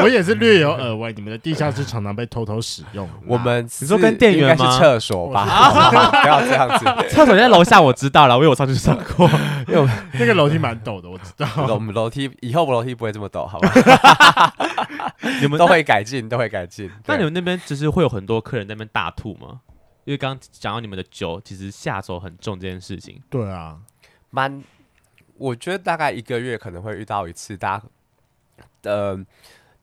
Speaker 1: 我也是略有耳闻，你们的地下室常常被偷偷使用啊啦。
Speaker 4: 我们
Speaker 3: 你说
Speaker 4: 是
Speaker 3: 跟店
Speaker 4: 应
Speaker 3: 员
Speaker 4: 该是
Speaker 3: 吗
Speaker 4: 厕所吧， 不要这样子，
Speaker 3: 厕所在楼下，我知道了，我有上去上过，
Speaker 4: 因为我们
Speaker 1: 那个楼梯蛮陡的，我知道。
Speaker 3: 哦
Speaker 4: 我们楼梯以后我们楼梯不会这么陡，好吧？
Speaker 3: 你们
Speaker 4: 都会改进，都会改进。
Speaker 3: 那
Speaker 4: 对
Speaker 3: 你们那边就是会有很多客人在那边大吐吗？因为刚刚讲到你们的酒其实下手很重这件事情，
Speaker 1: 对啊，
Speaker 4: 蛮，我觉得大概一个月可能会遇到一次，大家呃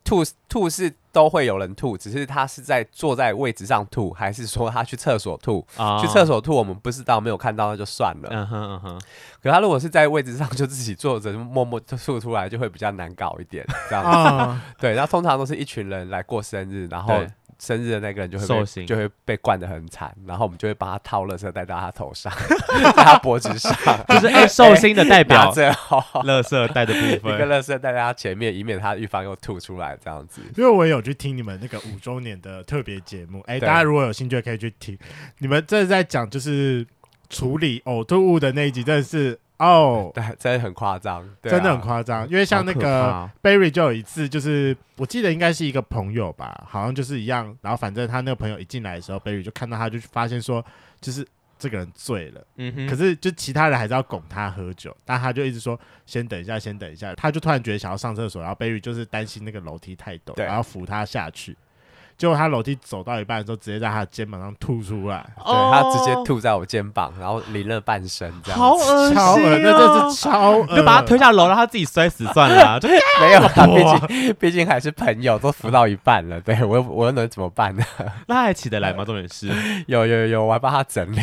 Speaker 4: 吐吐是都会有人吐，只是他是在坐在位置上吐，还是说他去厕所吐？
Speaker 3: 啊
Speaker 4: 去厕所吐我们不知道，没有看到那就算了。
Speaker 3: 嗯哼嗯 哼，
Speaker 4: 可他如果是在位置上就自己坐着，默默就吐出来，就会比较难搞一点。这样
Speaker 1: 啊，
Speaker 4: 对，那通常都是一群人来过生日，然后
Speaker 3: 对。
Speaker 4: 生日的那个人就会
Speaker 3: 寿
Speaker 4: 被
Speaker 3: 星
Speaker 4: 就会被灌得很惨，然后我们就会帮他套垃圾袋到他 头上，在他脖子上，
Speaker 3: 就是哎寿星的代
Speaker 4: 拿
Speaker 3: 表，
Speaker 4: 着哦，
Speaker 3: 垃圾袋的
Speaker 4: 一
Speaker 3: 部
Speaker 4: 个
Speaker 3: 分，
Speaker 4: 垃圾袋在他前面，以免他预防又吐出来这样子。
Speaker 1: 因为我有去听你们那个五周年的特别节目，哎，
Speaker 4: 对
Speaker 1: 大家如果有兴趣可以去听。你们这是在讲就是处理呕吐物的那一集，真的是哦，
Speaker 4: 对，真的很夸张， 对啊
Speaker 1: 真的很夸张。因为像那
Speaker 3: 好可
Speaker 1: 个
Speaker 3: 怕
Speaker 1: Barry 就有一次，就是我记得应该是一个朋友吧，好像就是一样。然后反正他那个朋友一进来的时候，Barry 就看到他，就发现说，就是这个人醉了。
Speaker 3: 嗯哼，
Speaker 1: 可是就其他人还是要拱他喝酒，但他就一直说先等一下，先等一下。他就突然觉得想要上厕所，然后 Barry 就是担心那个楼梯太陡，
Speaker 4: 对
Speaker 1: 然后扶他下去。结果他楼梯走到一半的时候，直接在他的肩膀上吐出来，
Speaker 4: 对他直接吐在我肩膀，然后淋了半身这样子，
Speaker 3: 好
Speaker 1: 啊
Speaker 3: 恶心、
Speaker 1: 超
Speaker 3: 哦，
Speaker 1: 恶，那真是超恶，
Speaker 3: 就把他推下楼，让他自己摔死算了 啊、就是
Speaker 4: 没有啦，毕竟毕竟还是朋友，都扶到一半了，对我又我又能怎么办呢？
Speaker 3: 那还起得来吗？重点是，
Speaker 4: 有有有，我还帮他整理，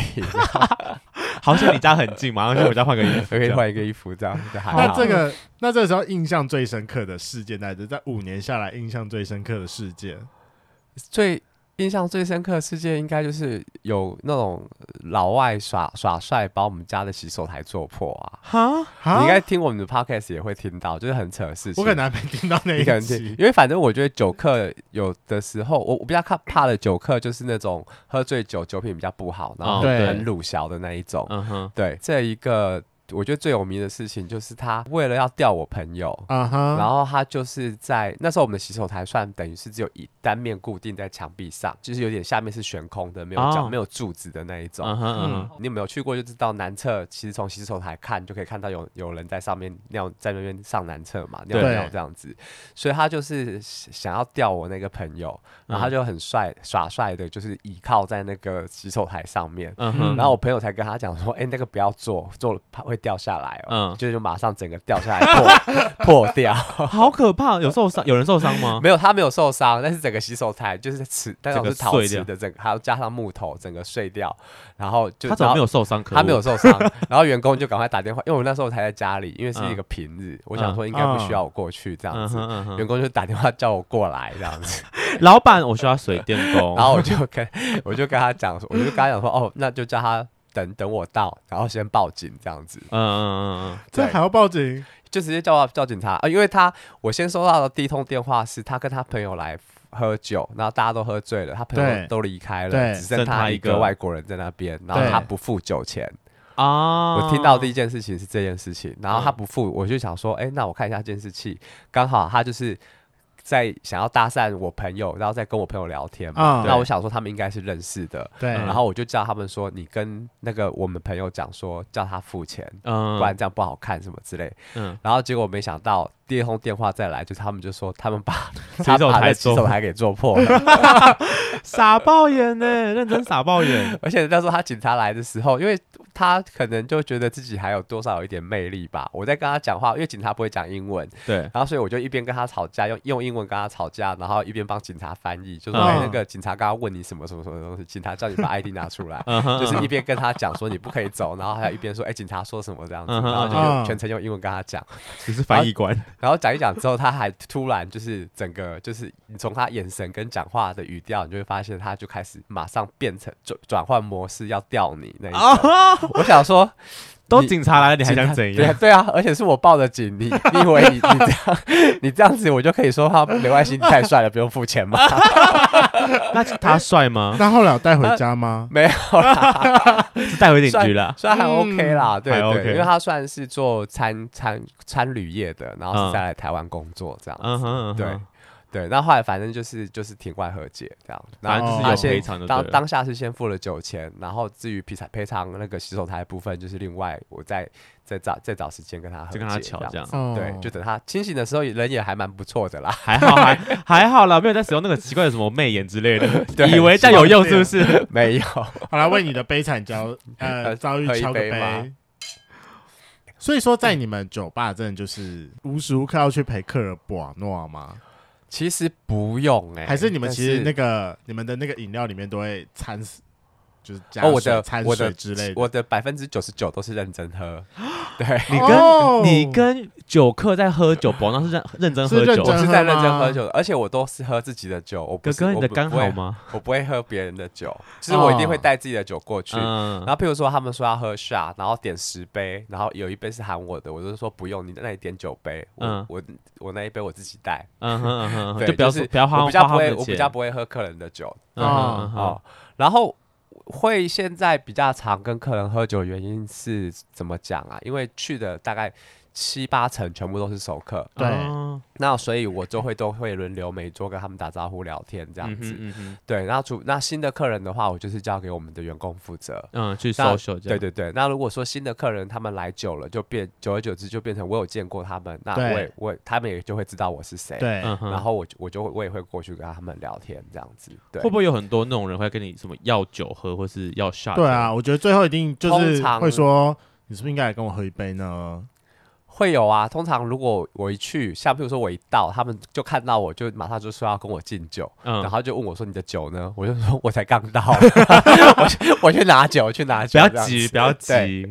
Speaker 3: 好险你家很近，马上去我家换个衣 服。
Speaker 4: 我可
Speaker 3: 这
Speaker 4: 以
Speaker 3: 样
Speaker 4: 换一个衣服这样 子。还
Speaker 1: 那
Speaker 4: 好
Speaker 1: 这个，那这个时候印象最深刻的事件，乃至在五年下来印象最深刻的事件，
Speaker 4: 最印象最深刻的事件，应该就是有那种老外耍耍帅，把我们家的洗手台做破啊！
Speaker 3: 哈，
Speaker 1: 哈
Speaker 4: 你应该听我们的 podcast 也会听到，就是很扯的事情。
Speaker 1: 我可能还没听到那
Speaker 4: 你可能
Speaker 1: 一
Speaker 4: 听，
Speaker 1: 集
Speaker 4: 因为反正我觉得酒客有的时候，我我比较怕怕的酒客就是那种喝醉酒酒品比较不好，然后
Speaker 3: 哦
Speaker 1: 对
Speaker 4: 很鲁小的那一种。
Speaker 3: 嗯哼，
Speaker 4: 对，这一个我觉得最有名的事情就是他为了要钓我朋友，
Speaker 1: 啊哈，
Speaker 4: 然后他就是在那时候我们的洗手台算等于是只有一单面固定在墙壁上，就是有点下面是悬空的，没有脚、
Speaker 3: 哦
Speaker 4: 没有柱子的那一种。
Speaker 3: 嗯哼，嗯哼，
Speaker 4: 你有没有去过？就知道男厕，其实从洗手台看就可以看到有有人在上面尿，在那边上男厕嘛，尿
Speaker 1: 对
Speaker 4: 尿这样子。所以他就是想要钓我那个朋友，然后他就很帅、耍帅的，就是倚靠在那个洗手台上面。
Speaker 3: 嗯哼，
Speaker 4: 然后我朋友才跟他讲说：“哎、那个不要做，做了怕会掉下来哦。
Speaker 3: 嗯
Speaker 4: 就就马上整个掉下来破 破掉。
Speaker 3: 好可怕！有受伤，有人受伤吗？
Speaker 4: 没有，他没有受伤，但是整个洗手台就是瓷，但
Speaker 3: 整个
Speaker 4: 是陶
Speaker 3: 碎
Speaker 4: 瓷
Speaker 3: 掉
Speaker 4: 的整个，还要加上木头，整个碎掉，然后就
Speaker 3: 他怎么没？
Speaker 4: 然后
Speaker 3: 有受伤？可恶
Speaker 4: 他没有，受伤，然后员工就赶快打电话，因为我那时候才在家里，因为是一
Speaker 3: 嗯
Speaker 4: 个平日，我想说应该不需要我过去这样
Speaker 3: 嗯
Speaker 4: 子，
Speaker 3: 哼嗯
Speaker 4: 员
Speaker 3: 哼，
Speaker 4: 工就打电话叫我过来这样子，
Speaker 3: 老板，我需要水电 工。
Speaker 4: 然后我就跟我就跟他讲说，我就跟他讲说，哦，那就叫他等等我到，然后先报警这样子，
Speaker 3: 嗯，嗯嗯嗯
Speaker 1: 这还要报警？
Speaker 4: 就直接叫到叫警察啊、因为他我先收到的第一通电话是他跟他朋友来喝酒，然后大家都喝醉了，他朋
Speaker 1: 对
Speaker 4: 友都离开
Speaker 1: 对
Speaker 4: 了，只剩
Speaker 3: 剩
Speaker 4: 他
Speaker 3: 他
Speaker 4: 一
Speaker 3: 一个
Speaker 4: 个外国人在那边，然后
Speaker 1: 对
Speaker 4: 他不付酒钱。
Speaker 3: 嗯
Speaker 1: 哦
Speaker 3: 啊！
Speaker 4: 我听到第一件事情是这件事情，然后他不付，我就想说，哎、那我看一下监视器，刚好他就是。在想要搭讪我朋友，然后再跟我朋友聊天嘛，
Speaker 1: 嗯
Speaker 4: 那我想说他们应该是认识的，
Speaker 1: 对，
Speaker 3: 嗯
Speaker 4: 然后我就叫他们说，你跟那个我们朋友讲说，叫他付钱，
Speaker 3: 嗯，
Speaker 4: 不然这样不好看什么之类。
Speaker 3: 嗯，
Speaker 4: 然后结果没想到第二通电话再来，就是他们就说他们 把
Speaker 3: 洗手
Speaker 4: 他把那
Speaker 3: 台
Speaker 4: 洗手
Speaker 3: 做
Speaker 4: 台给做破了，
Speaker 3: 嗯傻爆眼呢，认真傻爆 眼。
Speaker 4: 而且那时候他警察来的时候，因为他可能就觉得自己还有多少有一点魅力吧。我在跟他讲话，因为警察不会讲英文，
Speaker 3: 对，
Speaker 4: 然后所以我就一边跟他吵架，用用英文跟他吵架，然后一边帮警察翻译，就说、
Speaker 3: 嗯
Speaker 4: 哎那个警察刚刚问你什么什么什么东西，警察叫你把 ID 拿出来。
Speaker 3: 嗯哼，
Speaker 4: 就是
Speaker 3: 嗯
Speaker 4: 一边跟他讲说你不可以走，然后还有一边说哎、警察说什么这样子，
Speaker 3: 嗯哼
Speaker 4: 然后就
Speaker 1: 嗯
Speaker 4: 用全程用英文跟他讲。
Speaker 3: 只是翻译官。
Speaker 4: 然后讲一讲之后，他还突然就是整个就是你从他眼神跟讲话的语调，你就会发现他就开始马上变成转转换模式要吊你那一种。
Speaker 3: 啊！
Speaker 4: 我想说，
Speaker 3: 都
Speaker 4: 你
Speaker 3: 警察来了， 你还
Speaker 4: 警
Speaker 3: 想
Speaker 4: 察
Speaker 3: 怎
Speaker 4: 对
Speaker 3: 样
Speaker 4: 啊？对啊，而且是我报的警，你你以为你你这样你这样子我就可以说他没关系，你太帅了，不用付 钱吗？
Speaker 3: 那他帅吗？
Speaker 1: 那后来有带
Speaker 4: 呃
Speaker 1: 回家吗？
Speaker 4: 没有
Speaker 3: 是带回警局 了。
Speaker 4: 虽然还 OK 啦，对
Speaker 3: 还
Speaker 4: 对
Speaker 3: OK
Speaker 4: 因为他算是做餐餐餐旅业的，然后
Speaker 3: 嗯
Speaker 4: 是再来台湾工作这样子。
Speaker 3: 嗯哼，嗯哼
Speaker 4: 对对，那后来反正就是就是庭外和解这样，然
Speaker 3: 反
Speaker 4: 后
Speaker 3: 正
Speaker 1: 哦
Speaker 3: 就是有赔偿就对
Speaker 4: 当
Speaker 3: 了。
Speaker 4: 当下是先付了酒钱，然后至于赔偿赔偿那个洗手台的部分，就是另外我再再找再找时间跟他和
Speaker 3: 就跟他
Speaker 4: 解
Speaker 3: 瞧
Speaker 4: 这
Speaker 3: 这
Speaker 4: 样
Speaker 3: 样
Speaker 4: 子。
Speaker 1: 哦
Speaker 4: 对，就等他清醒的时候，人也还蛮不错的啦。
Speaker 3: 还好还还好啦，没有在使用那个奇怪的什么媚眼之类的，
Speaker 4: 对
Speaker 3: 以为这样有用是不是？
Speaker 4: 没有，
Speaker 1: 好来为你的悲惨 遭呃
Speaker 4: 呃
Speaker 1: 遭遇
Speaker 4: 喝一
Speaker 1: 敲个
Speaker 4: 杯吗
Speaker 1: 杯。所以说，在你们酒吧真的就是无时无刻要去陪客人把诺吗？
Speaker 4: 其实不用哎、
Speaker 1: 还是你们
Speaker 4: 但
Speaker 1: 其实那个你们的那个饮料里面都会掺死，就是加
Speaker 4: 哦我
Speaker 1: 水
Speaker 4: 的
Speaker 1: 掺
Speaker 4: 我
Speaker 1: 水
Speaker 4: 的
Speaker 1: 之类的？
Speaker 4: 我的百分之九十九都是认真喝， 对。
Speaker 3: 你跟、
Speaker 1: 哦
Speaker 3: 你跟酒客在喝酒，保那是认认真喝
Speaker 1: 是认
Speaker 3: 酒。
Speaker 1: 真
Speaker 4: 我是
Speaker 1: 喝
Speaker 4: 在认真
Speaker 1: 吗
Speaker 4: 喝酒的，而且我都是喝自己的酒。我不
Speaker 3: 哥
Speaker 4: 是
Speaker 3: 哥，你
Speaker 4: 我
Speaker 3: 的
Speaker 4: 不
Speaker 3: 肝
Speaker 4: 不会
Speaker 3: 好吗？
Speaker 4: 我不会喝别人的酒，就是我一定会
Speaker 1: 哦
Speaker 4: 带自己的酒过去。
Speaker 3: 嗯
Speaker 4: 然，后譬如说他们说要喝 shot，然后点十杯，然后有一杯是喊我的，我就说不用，你那里点九杯，我、
Speaker 3: 嗯
Speaker 4: 我我那一杯我自己带，
Speaker 3: 嗯 哼嗯哼，
Speaker 4: 对，
Speaker 3: 就不要
Speaker 4: 是
Speaker 3: 不要花
Speaker 4: 我比较
Speaker 3: 花
Speaker 4: 不
Speaker 3: 他们
Speaker 4: 会，
Speaker 3: 的
Speaker 4: 我
Speaker 3: 钱。
Speaker 4: 比较不会喝客人的酒
Speaker 3: 嗯嗯哼嗯哼
Speaker 4: 哦。然后会现在比较常跟客人喝酒，的原因是怎么讲啊？因为去的大概七八成全部都是熟客，
Speaker 1: 对
Speaker 3: 哦
Speaker 4: 那所以我就会都会轮流每桌跟他们打招呼聊天这样
Speaker 3: 嗯
Speaker 4: 子。
Speaker 3: 哼嗯哼
Speaker 4: 对，那主那新的客人的话，我就是交给我们的员工负责。
Speaker 3: 嗯，去
Speaker 4: 那
Speaker 3: social 这
Speaker 4: 对
Speaker 3: 样，
Speaker 4: 对对，那如果说新的客人他们来久了，就变久而久之就变成我有见过他们，那
Speaker 1: 对
Speaker 4: 我也我也他们也就会知道我是谁，
Speaker 1: 对，
Speaker 3: 嗯哼，
Speaker 4: 然后我就我就会我也会过去跟他们聊天这样子，对
Speaker 3: 会，不会有很多那种人会跟你什么要酒喝，或是要 shot？
Speaker 1: 对啊，我觉得最后一定就是
Speaker 4: 通常
Speaker 1: 会说，你是不是应该来跟我喝一杯呢？
Speaker 4: 会有啊。通常如果我一去，像譬如说我一到，他们就看到我就马上就说要跟我敬酒，
Speaker 3: 这样，
Speaker 4: 然
Speaker 3: 嗯，
Speaker 4: 后就问我说你的酒呢？我就说我才刚 到，我去我去拿酒，我去拿
Speaker 3: 不
Speaker 4: 酒，
Speaker 3: 要
Speaker 4: 这样
Speaker 3: 急，
Speaker 4: 子
Speaker 3: 不要
Speaker 4: 对
Speaker 3: 急，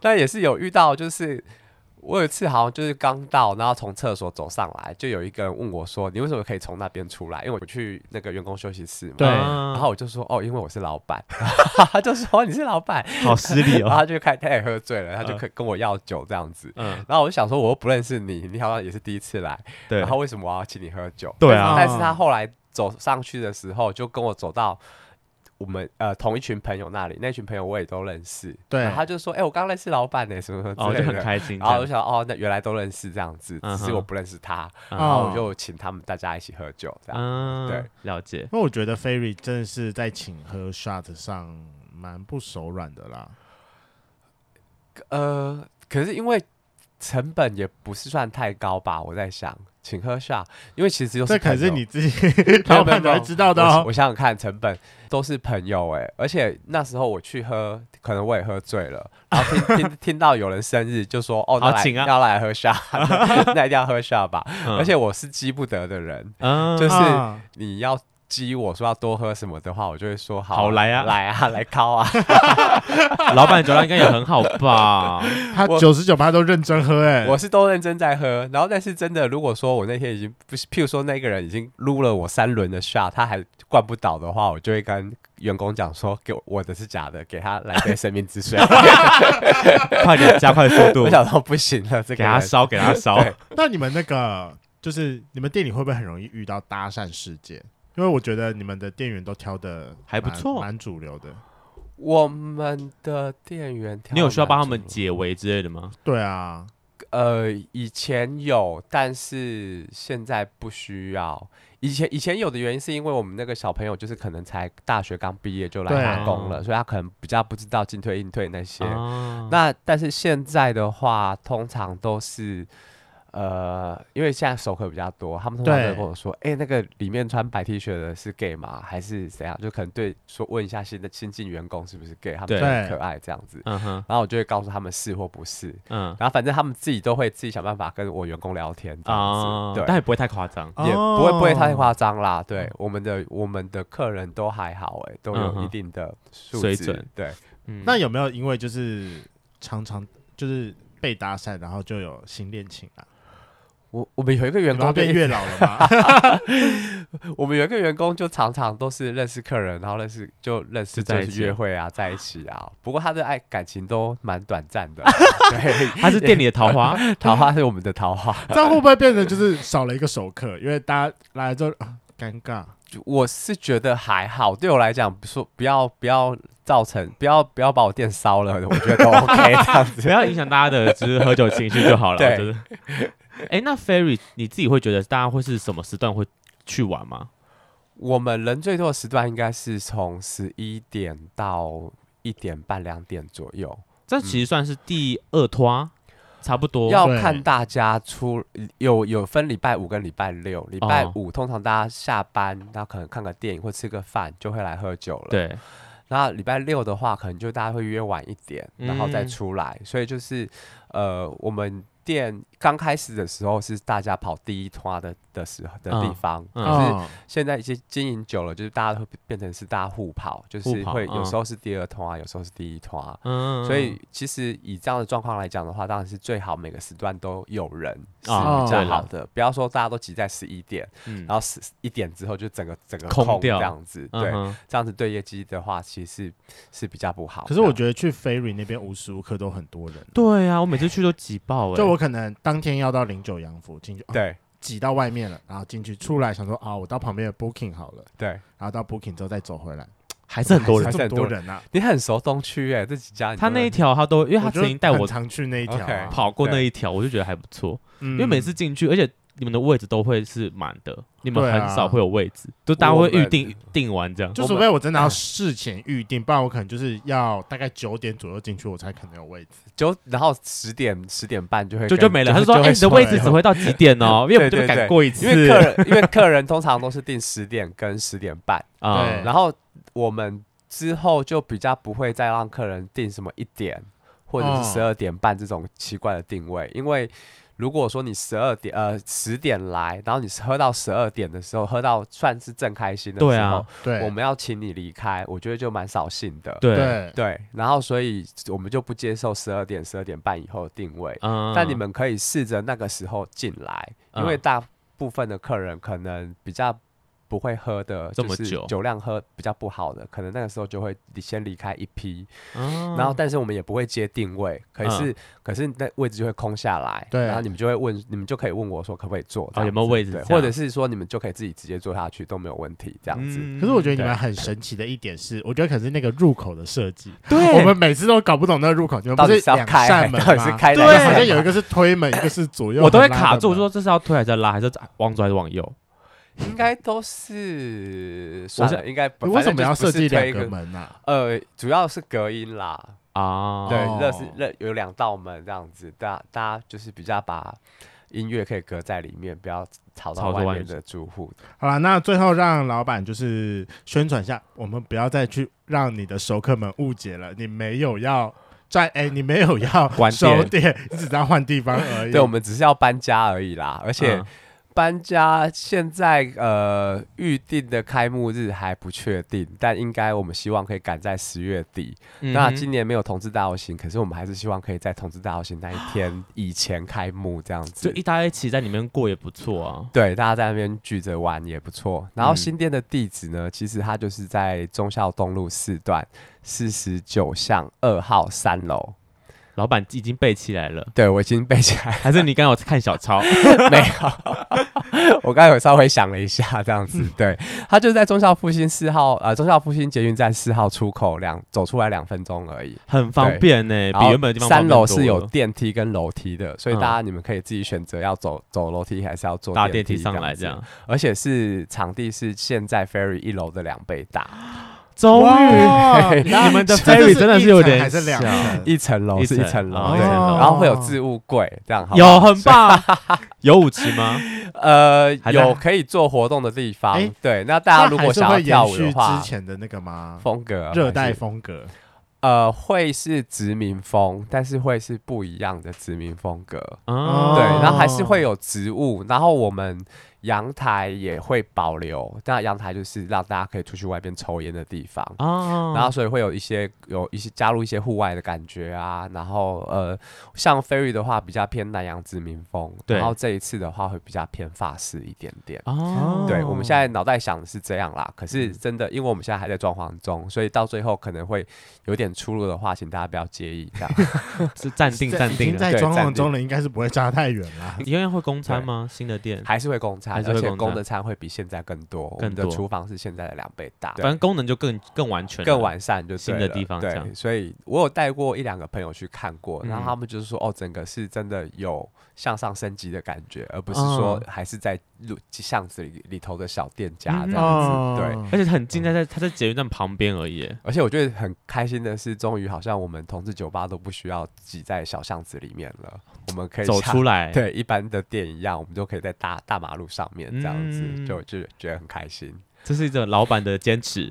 Speaker 4: 但也是有遇到，就是我有一次好像就是刚到，然后从厕所走上来，就有一个人问我说：“你为什么可以从那边出来？”因为我去那个员工休息室嘛。
Speaker 1: 对
Speaker 4: 然
Speaker 3: 然
Speaker 4: 后我就说：“哦，因为我是老板。” 他就说：“哦你是老板。
Speaker 3: 好失礼”
Speaker 4: 然后
Speaker 3: 哦，
Speaker 4: 他就开，他也喝醉了，他就跟跟我要酒这样子。
Speaker 3: 嗯，
Speaker 4: 然后我就想说，我又不认识你，你好像也是第一次来，
Speaker 3: 对
Speaker 4: 然，后为什么我要请你喝酒？
Speaker 3: 对啊
Speaker 4: 但是他后来走上去的时候，就跟我走到我们呃同一群朋友那里，那群朋友我也都认识。
Speaker 1: 对
Speaker 4: 然后他就说：“哎、我刚认识老板呢、什么什
Speaker 3: 哦，
Speaker 4: 么
Speaker 3: 就
Speaker 4: 之类
Speaker 3: 很
Speaker 4: 的。
Speaker 3: 开心这
Speaker 4: 然后我就
Speaker 3: 样，
Speaker 4: 想，哦，那原来都认识这样子，只
Speaker 3: 嗯
Speaker 4: 是
Speaker 3: 哼
Speaker 4: 我不认识他，
Speaker 3: 嗯
Speaker 4: 然后
Speaker 1: 哦
Speaker 4: 啊我就请他们大家一起喝酒，这样、
Speaker 3: 嗯，
Speaker 4: 对，
Speaker 3: 了解，
Speaker 1: 因为我觉得 Ferry 真的是在请喝 shot 上蛮不手软的啦。
Speaker 4: 呃，可是因为成本也不是算太高吧，我在想，请喝下，因为其实就是
Speaker 1: 这可
Speaker 4: 朋
Speaker 1: 是
Speaker 4: 友
Speaker 1: 你自己
Speaker 4: 没有
Speaker 1: 老
Speaker 4: 没有
Speaker 1: 板
Speaker 4: 没有
Speaker 1: 才知道的
Speaker 4: 我
Speaker 1: 哦。
Speaker 4: 我想想看，成本都是朋友哎、而且那时候我去喝，可能我也喝醉了，然后 听听听到有人生日就说哦，
Speaker 3: 好
Speaker 4: 那来
Speaker 3: 请啊嗯
Speaker 4: 要来喝下， 那一定要喝下吧。
Speaker 3: 而
Speaker 4: 而且我是激不得的人，
Speaker 3: 嗯，
Speaker 4: 就是
Speaker 1: 啊
Speaker 4: 你要激我说要多喝什么的话，我就会说好
Speaker 3: 好来啊
Speaker 4: 来啊， 来靠 啊。
Speaker 3: 老板酒量应该也很好吧？
Speaker 1: 他
Speaker 4: 我
Speaker 1: 九十九趴都认真喝，哎，
Speaker 4: 我是都认真在喝，然后但是真的，如果说我那天已经不是，譬如说那个人已经撸了我三轮的 shot，他还灌不倒的话，我就会跟员工讲说，给我我的是假的，给他来杯生命之水。
Speaker 3: 快点加快速度
Speaker 4: 我，想说不行了，这个
Speaker 3: 给他
Speaker 4: 人
Speaker 3: 烧，给他烧。
Speaker 4: 对
Speaker 1: 那你们那个就是你们店里会不会很容易遇到搭讪事件？因为我觉得你们的店员都挑的
Speaker 3: 还不错
Speaker 1: 蛮主流的。
Speaker 4: 我们的店员挑
Speaker 3: 你有需要帮他
Speaker 4: 蛮
Speaker 3: 们
Speaker 4: 主
Speaker 3: 解围之类的吗？
Speaker 1: 对啊，
Speaker 4: 呃，以前有，但是现在不需要。以前以前有的原因是因为我们那个小朋友就是可能才大学刚毕业就来
Speaker 1: 对
Speaker 4: 打工了，所以他可能比较不知道进退应退那些。
Speaker 3: 啊，
Speaker 4: 那但是现在的话，通常都是。呃，因为现在熟客比较多，他们通常都会
Speaker 1: 对
Speaker 4: 跟我说：“哎、那个里面穿白 T 恤的是 gay 吗？还是怎样？”就可能对说问一下新的新进员工是不是 gay，他们
Speaker 3: 对
Speaker 4: 觉得很可爱这样子。
Speaker 3: 嗯哼，
Speaker 4: 然后我就会告诉他们是或不是，
Speaker 3: 嗯
Speaker 4: 然后反正他们自己都会自己想办法跟我员工聊天这样子，
Speaker 3: 啊，但
Speaker 4: 对，哦
Speaker 3: 也不会太夸张。
Speaker 4: 也不会不会太
Speaker 1: 哦。
Speaker 4: 夸张啦。对，我们的我们的客人都还好、哎，都
Speaker 3: 嗯
Speaker 4: 有
Speaker 3: 哼
Speaker 4: 一定的素
Speaker 3: 水
Speaker 4: 质
Speaker 3: 准，
Speaker 4: 对。
Speaker 3: 嗯
Speaker 1: 那有没有因为就是常常就是被搭讪，然后就有新恋情啊？
Speaker 4: 我我们有一个员
Speaker 1: 然后
Speaker 4: 工就
Speaker 1: 变
Speaker 4: 一
Speaker 1: 月老了吗？
Speaker 4: 我们有一个员工就常常都是认识客人，然后认识就认识
Speaker 3: 就在
Speaker 4: 就
Speaker 3: 一起
Speaker 4: 是约会啊，在一起啊。不过他的爱感情都蛮短暂 的，对，
Speaker 3: 他是店里的桃 花，
Speaker 4: 桃花是我们的桃花。
Speaker 1: 这样会不会变成就是少了一个熟客？因为大家来了之后啊尴尬。
Speaker 4: 就我是觉得还好，对我来讲，不说不要不要造成不要不要把我店烧了，我觉得都 OK 这样
Speaker 3: 不
Speaker 4: 子。
Speaker 3: 要影响大家的就是喝酒情绪就好了。
Speaker 4: 对
Speaker 3: 我觉得。哎，那 Ferry 你自己会觉得大家会是什么时段会去玩吗？
Speaker 4: 我们人最多的时段应该是从十一点到一点半两点左右，
Speaker 3: 这其实算是第二拖啊，差不多。
Speaker 4: 要
Speaker 1: 对
Speaker 4: 看大家出有有分礼拜五跟礼拜六，礼拜
Speaker 3: 哦
Speaker 4: 五通常大家下班，然后可能看个电影或吃个饭就会来喝酒了。，
Speaker 3: 对，
Speaker 4: 那礼拜六的话，可能就大家会约晚一点，然后再
Speaker 3: 嗯
Speaker 4: 出来。所以就是呃，我们店刚开始的时候是大家跑第一团的的时候的地
Speaker 3: 嗯
Speaker 4: 方，可是
Speaker 1: 嗯，
Speaker 4: 现在已经经营久了，就是大家会变成是大家互跑，就
Speaker 3: 互
Speaker 4: 是
Speaker 3: 跑
Speaker 4: 会有
Speaker 3: 嗯
Speaker 4: 时候是第二团啊，有时候是第一团啊。
Speaker 3: 嗯，
Speaker 4: 所以其实以这样的状况来讲的话，当然是最好每个时段都有人是
Speaker 3: 啊
Speaker 1: 对
Speaker 4: 比较
Speaker 3: 啦
Speaker 4: 好的。不要说大家都挤在十一点，
Speaker 3: 嗯
Speaker 4: 然后十一点之后就整个整个
Speaker 3: 空掉
Speaker 4: 这样子，对，
Speaker 3: 嗯哼
Speaker 4: 这样子对业绩的话其实是是比较不好的。
Speaker 1: 可是我觉得去 Ferry 那边无时无刻都很多人。
Speaker 3: 对啊，我每次去都挤爆哎。
Speaker 1: 就我可能当天要到零九洋服进去，啊
Speaker 4: 对
Speaker 1: 挤到外面了，然后进去出来想说啊，我到旁边的 Booking 好了，
Speaker 4: 对
Speaker 1: 然后到 Booking 之后再走回来，
Speaker 3: 还是很多
Speaker 1: 还
Speaker 3: 人
Speaker 4: 是。
Speaker 1: 这么多人啊！
Speaker 4: 你很熟东区哎、这几家你
Speaker 3: 他
Speaker 4: 都
Speaker 3: 那一
Speaker 4: 认
Speaker 3: 条他都，因为他
Speaker 1: 就
Speaker 3: 曾经带
Speaker 1: 很
Speaker 3: 我
Speaker 1: 常去那一条啊
Speaker 4: OK
Speaker 3: 跑过那
Speaker 4: 对
Speaker 3: 一条，我就觉得还不错。
Speaker 1: 嗯
Speaker 3: 因为每次进去，而且你们的位置都会是满的，你们
Speaker 1: 对啊
Speaker 3: 很少会有位置，就大家会预定
Speaker 4: 我
Speaker 3: 订完这样。
Speaker 1: 就
Speaker 4: 我
Speaker 1: 除
Speaker 4: 们哎
Speaker 1: 非我真的要事前预定，不然我可能就是要大概九点左右进去，我才可能有位置。
Speaker 4: 就然后十点十点半就会
Speaker 3: 就
Speaker 4: 跟
Speaker 3: 就没了。他
Speaker 4: 就
Speaker 3: 说：“
Speaker 4: 就
Speaker 3: 哎，
Speaker 4: 会
Speaker 3: 你的
Speaker 4: 说
Speaker 3: 位
Speaker 4: 了
Speaker 3: 置只会到几点 哦？”因为我们就
Speaker 4: 对对
Speaker 3: 赶
Speaker 4: 对
Speaker 3: 过一次，
Speaker 4: 因为客人因为客人通常都是定十点跟十点半，
Speaker 1: 对
Speaker 3: 啊，
Speaker 4: 然后我们之后就比较不会再让客人定什么一点或
Speaker 3: 嗯
Speaker 4: 者是十二点半这种奇怪的定位，因为如果说你十二点呃十点来，然后你喝到十二点的时候，喝到算是正开心的时候，
Speaker 3: 对啊
Speaker 1: 对，
Speaker 4: 我们要请你离开，我觉得就蛮扫兴的。
Speaker 3: 对，
Speaker 1: 对
Speaker 4: 对，然后所以我们就不接受十二点、十二点半以后的定位。
Speaker 3: 嗯
Speaker 4: 但你们可以试着那个时候进来，因为
Speaker 3: 嗯
Speaker 4: 大部分的客人可能比较不会喝的，
Speaker 3: 这
Speaker 4: 就
Speaker 3: 么
Speaker 4: 是
Speaker 3: 久
Speaker 4: 酒量喝比较不好的，可能那个时候就会离先离开一批，
Speaker 3: 然
Speaker 1: 嗯
Speaker 4: 然后但是我们也不会接定位，可
Speaker 3: 嗯
Speaker 4: 是、可是那位置就会空下来，
Speaker 1: 对啊
Speaker 4: 然后你们就会问，你们就可以问我说可不可以坐，这
Speaker 3: 哦有
Speaker 4: 样
Speaker 3: 没有
Speaker 4: 子
Speaker 3: 位置
Speaker 4: 对
Speaker 1: 啊
Speaker 3: 这
Speaker 4: 或者
Speaker 3: 样
Speaker 4: 是说你们就可以自己直接坐下去都没有问题，这样子。
Speaker 3: 嗯
Speaker 1: 可是我觉得你
Speaker 4: 对
Speaker 1: 们很神奇的一点是，我觉得可能是那个入口的设计，
Speaker 3: 对
Speaker 1: 我们每次都搞不懂那个入口，你们
Speaker 4: 到
Speaker 1: 不
Speaker 4: 底是要
Speaker 1: 两
Speaker 4: 开
Speaker 1: 扇门
Speaker 4: 到底是
Speaker 1: 吗
Speaker 4: 开
Speaker 3: 对
Speaker 4: 两
Speaker 1: 对，
Speaker 4: 扇
Speaker 1: 好像有
Speaker 4: 门
Speaker 1: 一个是推门，一个是左右，
Speaker 3: 我都会卡住，说。这是要推还是要拉，还是要往左还是往右？
Speaker 4: 应该都是算
Speaker 3: 是
Speaker 4: 了，应该不
Speaker 1: 你为
Speaker 4: 反
Speaker 1: 什
Speaker 4: 正
Speaker 1: 么
Speaker 4: 就
Speaker 1: 要
Speaker 4: 不
Speaker 1: 设
Speaker 4: 是
Speaker 1: 计
Speaker 4: 推
Speaker 1: 两
Speaker 4: 一
Speaker 1: 个？门啊呢、
Speaker 4: 呃，主要是隔音啦，
Speaker 3: 啊，
Speaker 4: 对，
Speaker 1: 哦
Speaker 4: 那是那有两道门这样子，大大家就是比较把音乐可以隔在里面，不要吵
Speaker 3: 吵
Speaker 4: 到
Speaker 3: 着
Speaker 4: 外
Speaker 3: 外
Speaker 4: 面
Speaker 3: 面
Speaker 4: 的住户。
Speaker 1: 好了，那最后让老板就是宣传一下，我们不要再去让你的熟客们误解了，你没有要在哎、你没有要
Speaker 3: 关
Speaker 1: 收
Speaker 3: 店
Speaker 1: 店，你只是要换地方而已。
Speaker 3: 哦
Speaker 4: 对，我们只是要搬家而已啦，而且
Speaker 3: 嗯
Speaker 4: 搬家现在呃预定的开幕日还不确定，但应该我们希望可以赶在十月底。
Speaker 3: 嗯
Speaker 4: 那今年没有同志大游行，可是我们还是希望可以在同志大游行那一 天以前开幕这样
Speaker 3: 就
Speaker 4: 子。
Speaker 3: 一大家一起在里面过也不错啊。
Speaker 4: 对，大家在那边聚着玩也不错。然后
Speaker 3: 嗯
Speaker 4: 新店的地址呢，其实它就是在忠孝东路四段四十九巷二号三楼。
Speaker 3: 老板已经背起来了，
Speaker 4: 对我已经背起来
Speaker 3: 还是你刚刚有看小抄？
Speaker 4: 没有，我刚才有稍微想了一下，这样子。
Speaker 3: 嗯
Speaker 4: 对，它就是在忠孝复兴四号，呃，忠孝复兴捷运站四号出口两走出来两分钟而已。
Speaker 3: 很方便呢，
Speaker 4: 然
Speaker 3: 哎比
Speaker 4: 后
Speaker 3: 原本的地方方
Speaker 4: 三
Speaker 3: 便
Speaker 4: 楼
Speaker 3: 多
Speaker 4: 是有
Speaker 3: 了
Speaker 4: 电梯跟楼梯的，所以
Speaker 3: 嗯
Speaker 4: 大家你们可以自己选择要走走楼梯还是要坐
Speaker 3: 搭
Speaker 4: 电
Speaker 3: 电梯上来
Speaker 4: 这
Speaker 3: 这
Speaker 4: 样子
Speaker 3: 样。，
Speaker 4: 而且是场地是现在 Ferry 一楼的两倍大，
Speaker 3: 终于
Speaker 1: 哇，
Speaker 4: 嘿
Speaker 1: 那
Speaker 3: 你们的
Speaker 1: 这就
Speaker 3: ferry 真的
Speaker 1: 一
Speaker 3: 是有
Speaker 1: 层
Speaker 3: 点
Speaker 1: 还是两
Speaker 3: 小
Speaker 1: 层？
Speaker 4: 一层楼
Speaker 3: 一
Speaker 4: 是一层楼，
Speaker 3: 层
Speaker 4: 对，
Speaker 1: 哦
Speaker 4: 然后会有置物柜这样好不好，
Speaker 3: 有很棒，有舞池 吗？
Speaker 4: 呃
Speaker 3: 还在
Speaker 4: 有可以做活动的地
Speaker 1: 哎
Speaker 4: 方，对，那大家如
Speaker 1: 那还
Speaker 4: 果
Speaker 1: 是
Speaker 4: 想要
Speaker 1: 会
Speaker 4: 跳
Speaker 1: 延
Speaker 4: 舞的
Speaker 1: 续
Speaker 4: 话
Speaker 1: 之，前的那个 吗？
Speaker 4: 风格啊
Speaker 1: 热
Speaker 4: 还
Speaker 1: 带
Speaker 4: 是
Speaker 1: 风格，
Speaker 4: 呃会是殖民风，但是会是不一样的殖民风格，
Speaker 3: 啊，
Speaker 4: 对，然后还
Speaker 1: 哦
Speaker 4: 是会有植物，然后我们阳台也会保留，那阳台就是让大家可以出去外边抽烟的地方。
Speaker 3: 啊，
Speaker 4: 然后所以会有一些有一些加入一些户外的感觉啊，然后呃，像 Ferry 的话比较偏南洋殖民风，
Speaker 3: 对
Speaker 4: 然后这一次的话会比较偏法式一点点。
Speaker 3: 哦，
Speaker 4: 对，我们现在脑袋想的是这样啦，可是真的，因为我们现在还在装潢中，所以到最后可能会有点出入的话，请大家不要介意。 这样，
Speaker 3: 是暂定
Speaker 1: 这
Speaker 3: 暂
Speaker 1: 已
Speaker 3: 定
Speaker 1: 经
Speaker 3: 了，
Speaker 1: 在
Speaker 4: 对
Speaker 1: 装
Speaker 4: 暂
Speaker 1: 潢
Speaker 4: 定
Speaker 1: 中了，应该是不会差太远 啦。
Speaker 3: 一样会公餐吗？新的店，
Speaker 4: 还是会供
Speaker 3: 还
Speaker 4: 餐，
Speaker 3: 是
Speaker 4: 而
Speaker 3: 会
Speaker 4: 且
Speaker 3: 供
Speaker 4: 供
Speaker 3: 餐
Speaker 4: 的餐会比现在更多，我
Speaker 3: 更
Speaker 4: 们的
Speaker 3: 多
Speaker 4: 厨房是现在的两倍大，
Speaker 3: 反正功能就更更完全，
Speaker 4: 更。完善就对
Speaker 3: 新的
Speaker 4: 了
Speaker 3: 地方这样
Speaker 4: 对，所以我有带过一两个朋友去看过，
Speaker 3: 嗯
Speaker 4: 然后他们就是说，哦，整个是真的有向上升级的感觉，而不是
Speaker 3: 哦
Speaker 4: 说还是在路巷子里里头的小店家
Speaker 3: 嗯
Speaker 4: 这样子。
Speaker 1: 哦
Speaker 4: 对，
Speaker 3: 而且很
Speaker 4: 嗯
Speaker 3: 近，在在它在捷运站旁边而已耶，
Speaker 4: 而且我觉得很开心的是，终于好像我们同志酒吧都不需要挤在小巷子里面了，我们可以
Speaker 3: 走
Speaker 4: 像
Speaker 3: 出来，
Speaker 4: 对一般的店一样，我们都可以在大大马路上面这样子，
Speaker 3: 嗯
Speaker 4: 就就觉得很开心。
Speaker 3: 这是一种老板的坚持。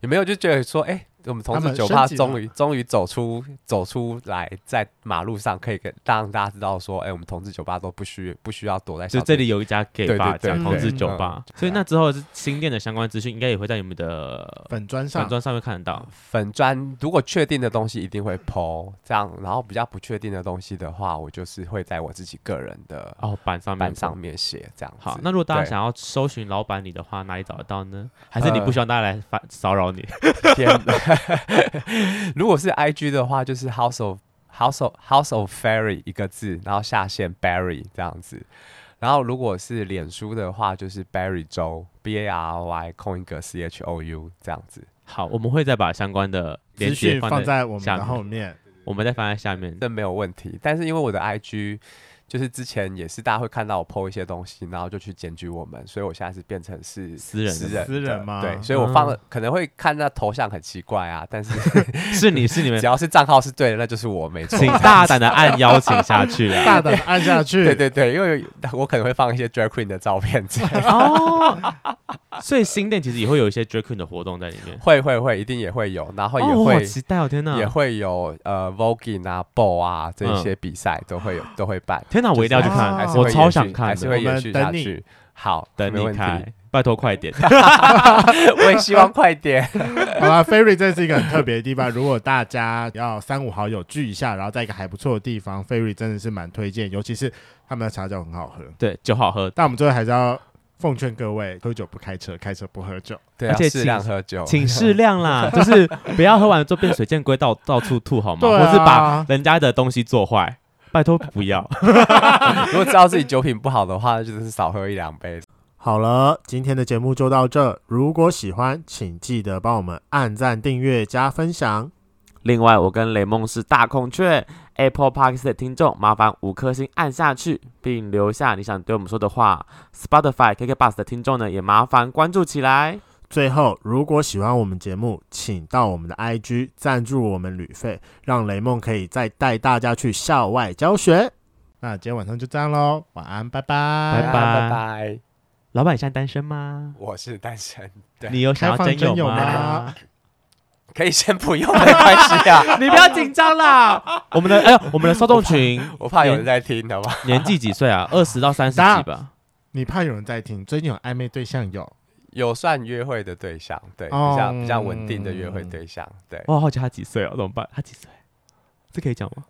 Speaker 4: 有没有就觉得说，哎、我们同
Speaker 1: 他
Speaker 4: 志
Speaker 1: 们
Speaker 4: 酒吧
Speaker 1: 升级了
Speaker 4: 终于终于走出走出来，在马路上可以跟让大家知道说，哎、我们同志酒吧都不需不需要躲在
Speaker 3: 就
Speaker 4: 小
Speaker 3: 这
Speaker 4: 店
Speaker 3: 里有一家 gay
Speaker 4: 对
Speaker 3: bar，
Speaker 4: 对对
Speaker 3: 这样
Speaker 1: 对
Speaker 3: 同志
Speaker 1: 嗯
Speaker 3: 酒吧，
Speaker 4: 嗯
Speaker 3: 所以那之后是新店的相关资讯，应该也会在你们的
Speaker 1: 粉砖上
Speaker 3: 粉，砖上面看得到。
Speaker 4: 粉砖。如果确定的东西一定会 PO 这样，然后比较不确定的东西的话，我就是会在我自己个人的
Speaker 3: 哦，板上面
Speaker 4: 板上面写这样子。
Speaker 3: 好，那如果大家
Speaker 4: 对
Speaker 3: 想要搜寻老板你的话，哪里找得到呢？还是你
Speaker 4: 呃
Speaker 3: 不希望大家来烦骚扰你？
Speaker 4: 天 如果是 IG 的话，就是 House of House of House of Fairy 一个字，然后下线 Barry 这样子。然后如果是脸书的话，就是 Barry 周 B A R Y 空一个 C H O U 这样子。
Speaker 3: 好，我们会再把相关的
Speaker 1: 资
Speaker 3: 连接
Speaker 1: 讯放
Speaker 3: 放在，
Speaker 1: 在我们
Speaker 3: 下
Speaker 1: 的
Speaker 3: 面
Speaker 1: 后面。
Speaker 3: 我们再放在下面。
Speaker 4: 这没有问题。但是因为我的 IG 就是之前也是大家会看到我 PO 一些东西，然后就去检举我们，所以我现在是变成是
Speaker 3: 私人的
Speaker 4: 私人
Speaker 1: 私人吗
Speaker 4: 对，所以我放了、
Speaker 3: 嗯
Speaker 4: 可能会看到头像很奇怪啊， 但是
Speaker 3: 是你是你们
Speaker 4: 只，要是账号是对的，那就是我没错
Speaker 3: 请。大胆的按邀请下 去啊！
Speaker 1: 大胆地按下去，
Speaker 4: 对对对，因为我可能会放一些 drag queen 的照片之类 的
Speaker 3: 哦，所以新店其实也会有一些 drag queen 的活动在里面，
Speaker 4: 会会会，一定也会有，然后也
Speaker 3: 哦，我好
Speaker 4: 会、
Speaker 3: 期待哦！天哪
Speaker 4: 也，会有呃 voguing 啊、bow 啊这一些比赛都会有、都会办，
Speaker 3: 天哪，我一定要去
Speaker 1: 哦
Speaker 3: 看
Speaker 4: 还，
Speaker 3: 嗯
Speaker 4: 是
Speaker 3: 啊我
Speaker 4: 会
Speaker 3: 超
Speaker 4: 延
Speaker 3: 想
Speaker 4: 续
Speaker 3: 看
Speaker 4: 还是
Speaker 3: 的，
Speaker 4: 会延续
Speaker 1: 我们
Speaker 4: 下
Speaker 1: 等你
Speaker 4: 去。好，
Speaker 3: 等
Speaker 4: 没
Speaker 3: 你
Speaker 4: 问题
Speaker 3: 开，拜托快点。
Speaker 4: 我也希望 快点。
Speaker 1: 好啦 f a i r y 这是一个很特别的地方。如果大家要三五好友聚一下，然后在一个还不错的地方 f a i r y 真的是蛮推荐，尤其是他们的茶酒很好喝。
Speaker 3: 对，酒好喝，
Speaker 1: 但我们最后还是要奉劝各位，喝酒不开车，开车不喝酒。
Speaker 4: 对、
Speaker 3: 而
Speaker 4: 啊，
Speaker 3: 且
Speaker 4: 适
Speaker 3: 请
Speaker 4: 量喝酒，
Speaker 3: 请 适量啦，就是不要喝完之后变水箭龟到到处吐好 吗？
Speaker 1: 对啊
Speaker 3: 或是把人家的东西做坏，拜托不要。
Speaker 4: 如果知道自己酒品不好的话，那就是少喝一两杯。
Speaker 1: 好了，今天的节目就到这。如果喜欢，请记得帮我们按赞、订阅、加分享。
Speaker 2: 另外，我跟雷梦是大孔雀 Apple Park 的听众，麻烦五颗星按下去，并留下你想对我们说的话。Spotify KK Bus 的听众呢，也麻烦关注起来。
Speaker 1: 最后，如果喜欢我们节目，请到我们的 IG 赞助我们旅费，让雷梦可以再带大家去校外教学。那今天晚上就这样喽，晚安，拜拜，
Speaker 3: 拜
Speaker 4: 啊拜拜。
Speaker 3: 老板，你现在单身吗？
Speaker 4: 我是单身， 对
Speaker 3: 你有想要
Speaker 1: 开放
Speaker 3: 真
Speaker 1: 真
Speaker 3: 友
Speaker 1: 友
Speaker 3: 吗
Speaker 1: 吗？
Speaker 4: 可以先不用，没关系啊。
Speaker 3: 你不要紧张啦！我们的哎呦，我们的受众群
Speaker 4: 我怕有人在听，好吧？
Speaker 3: 年纪几岁 啊？二十到三十几吧。
Speaker 1: 你怕有人在听，最近有暧昧对象有，
Speaker 4: 有算约会的对象，对，
Speaker 3: 哦
Speaker 4: 比较比较稳定的约会
Speaker 1: 嗯
Speaker 4: 对象，对，
Speaker 3: 我好好奇他几岁哦，怎么办？他几岁？这可以讲吗？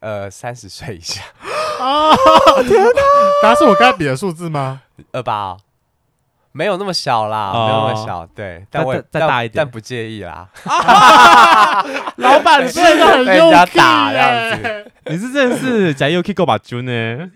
Speaker 4: 呃，三十岁以下，
Speaker 1: 答是我刚才比的数字吗？
Speaker 4: 二八、哦，没有那么小啦，没有那
Speaker 3: 哦
Speaker 4: 么小，对，但我也
Speaker 3: 再
Speaker 4: 但
Speaker 3: 大一点
Speaker 4: 但不介意啦，
Speaker 3: 老板，
Speaker 1: 真的很
Speaker 4: 被人家
Speaker 1: 幼稚
Speaker 4: 打这
Speaker 1: 欸
Speaker 4: 样子。
Speaker 3: 你是真的是假 UK 够把猪呢？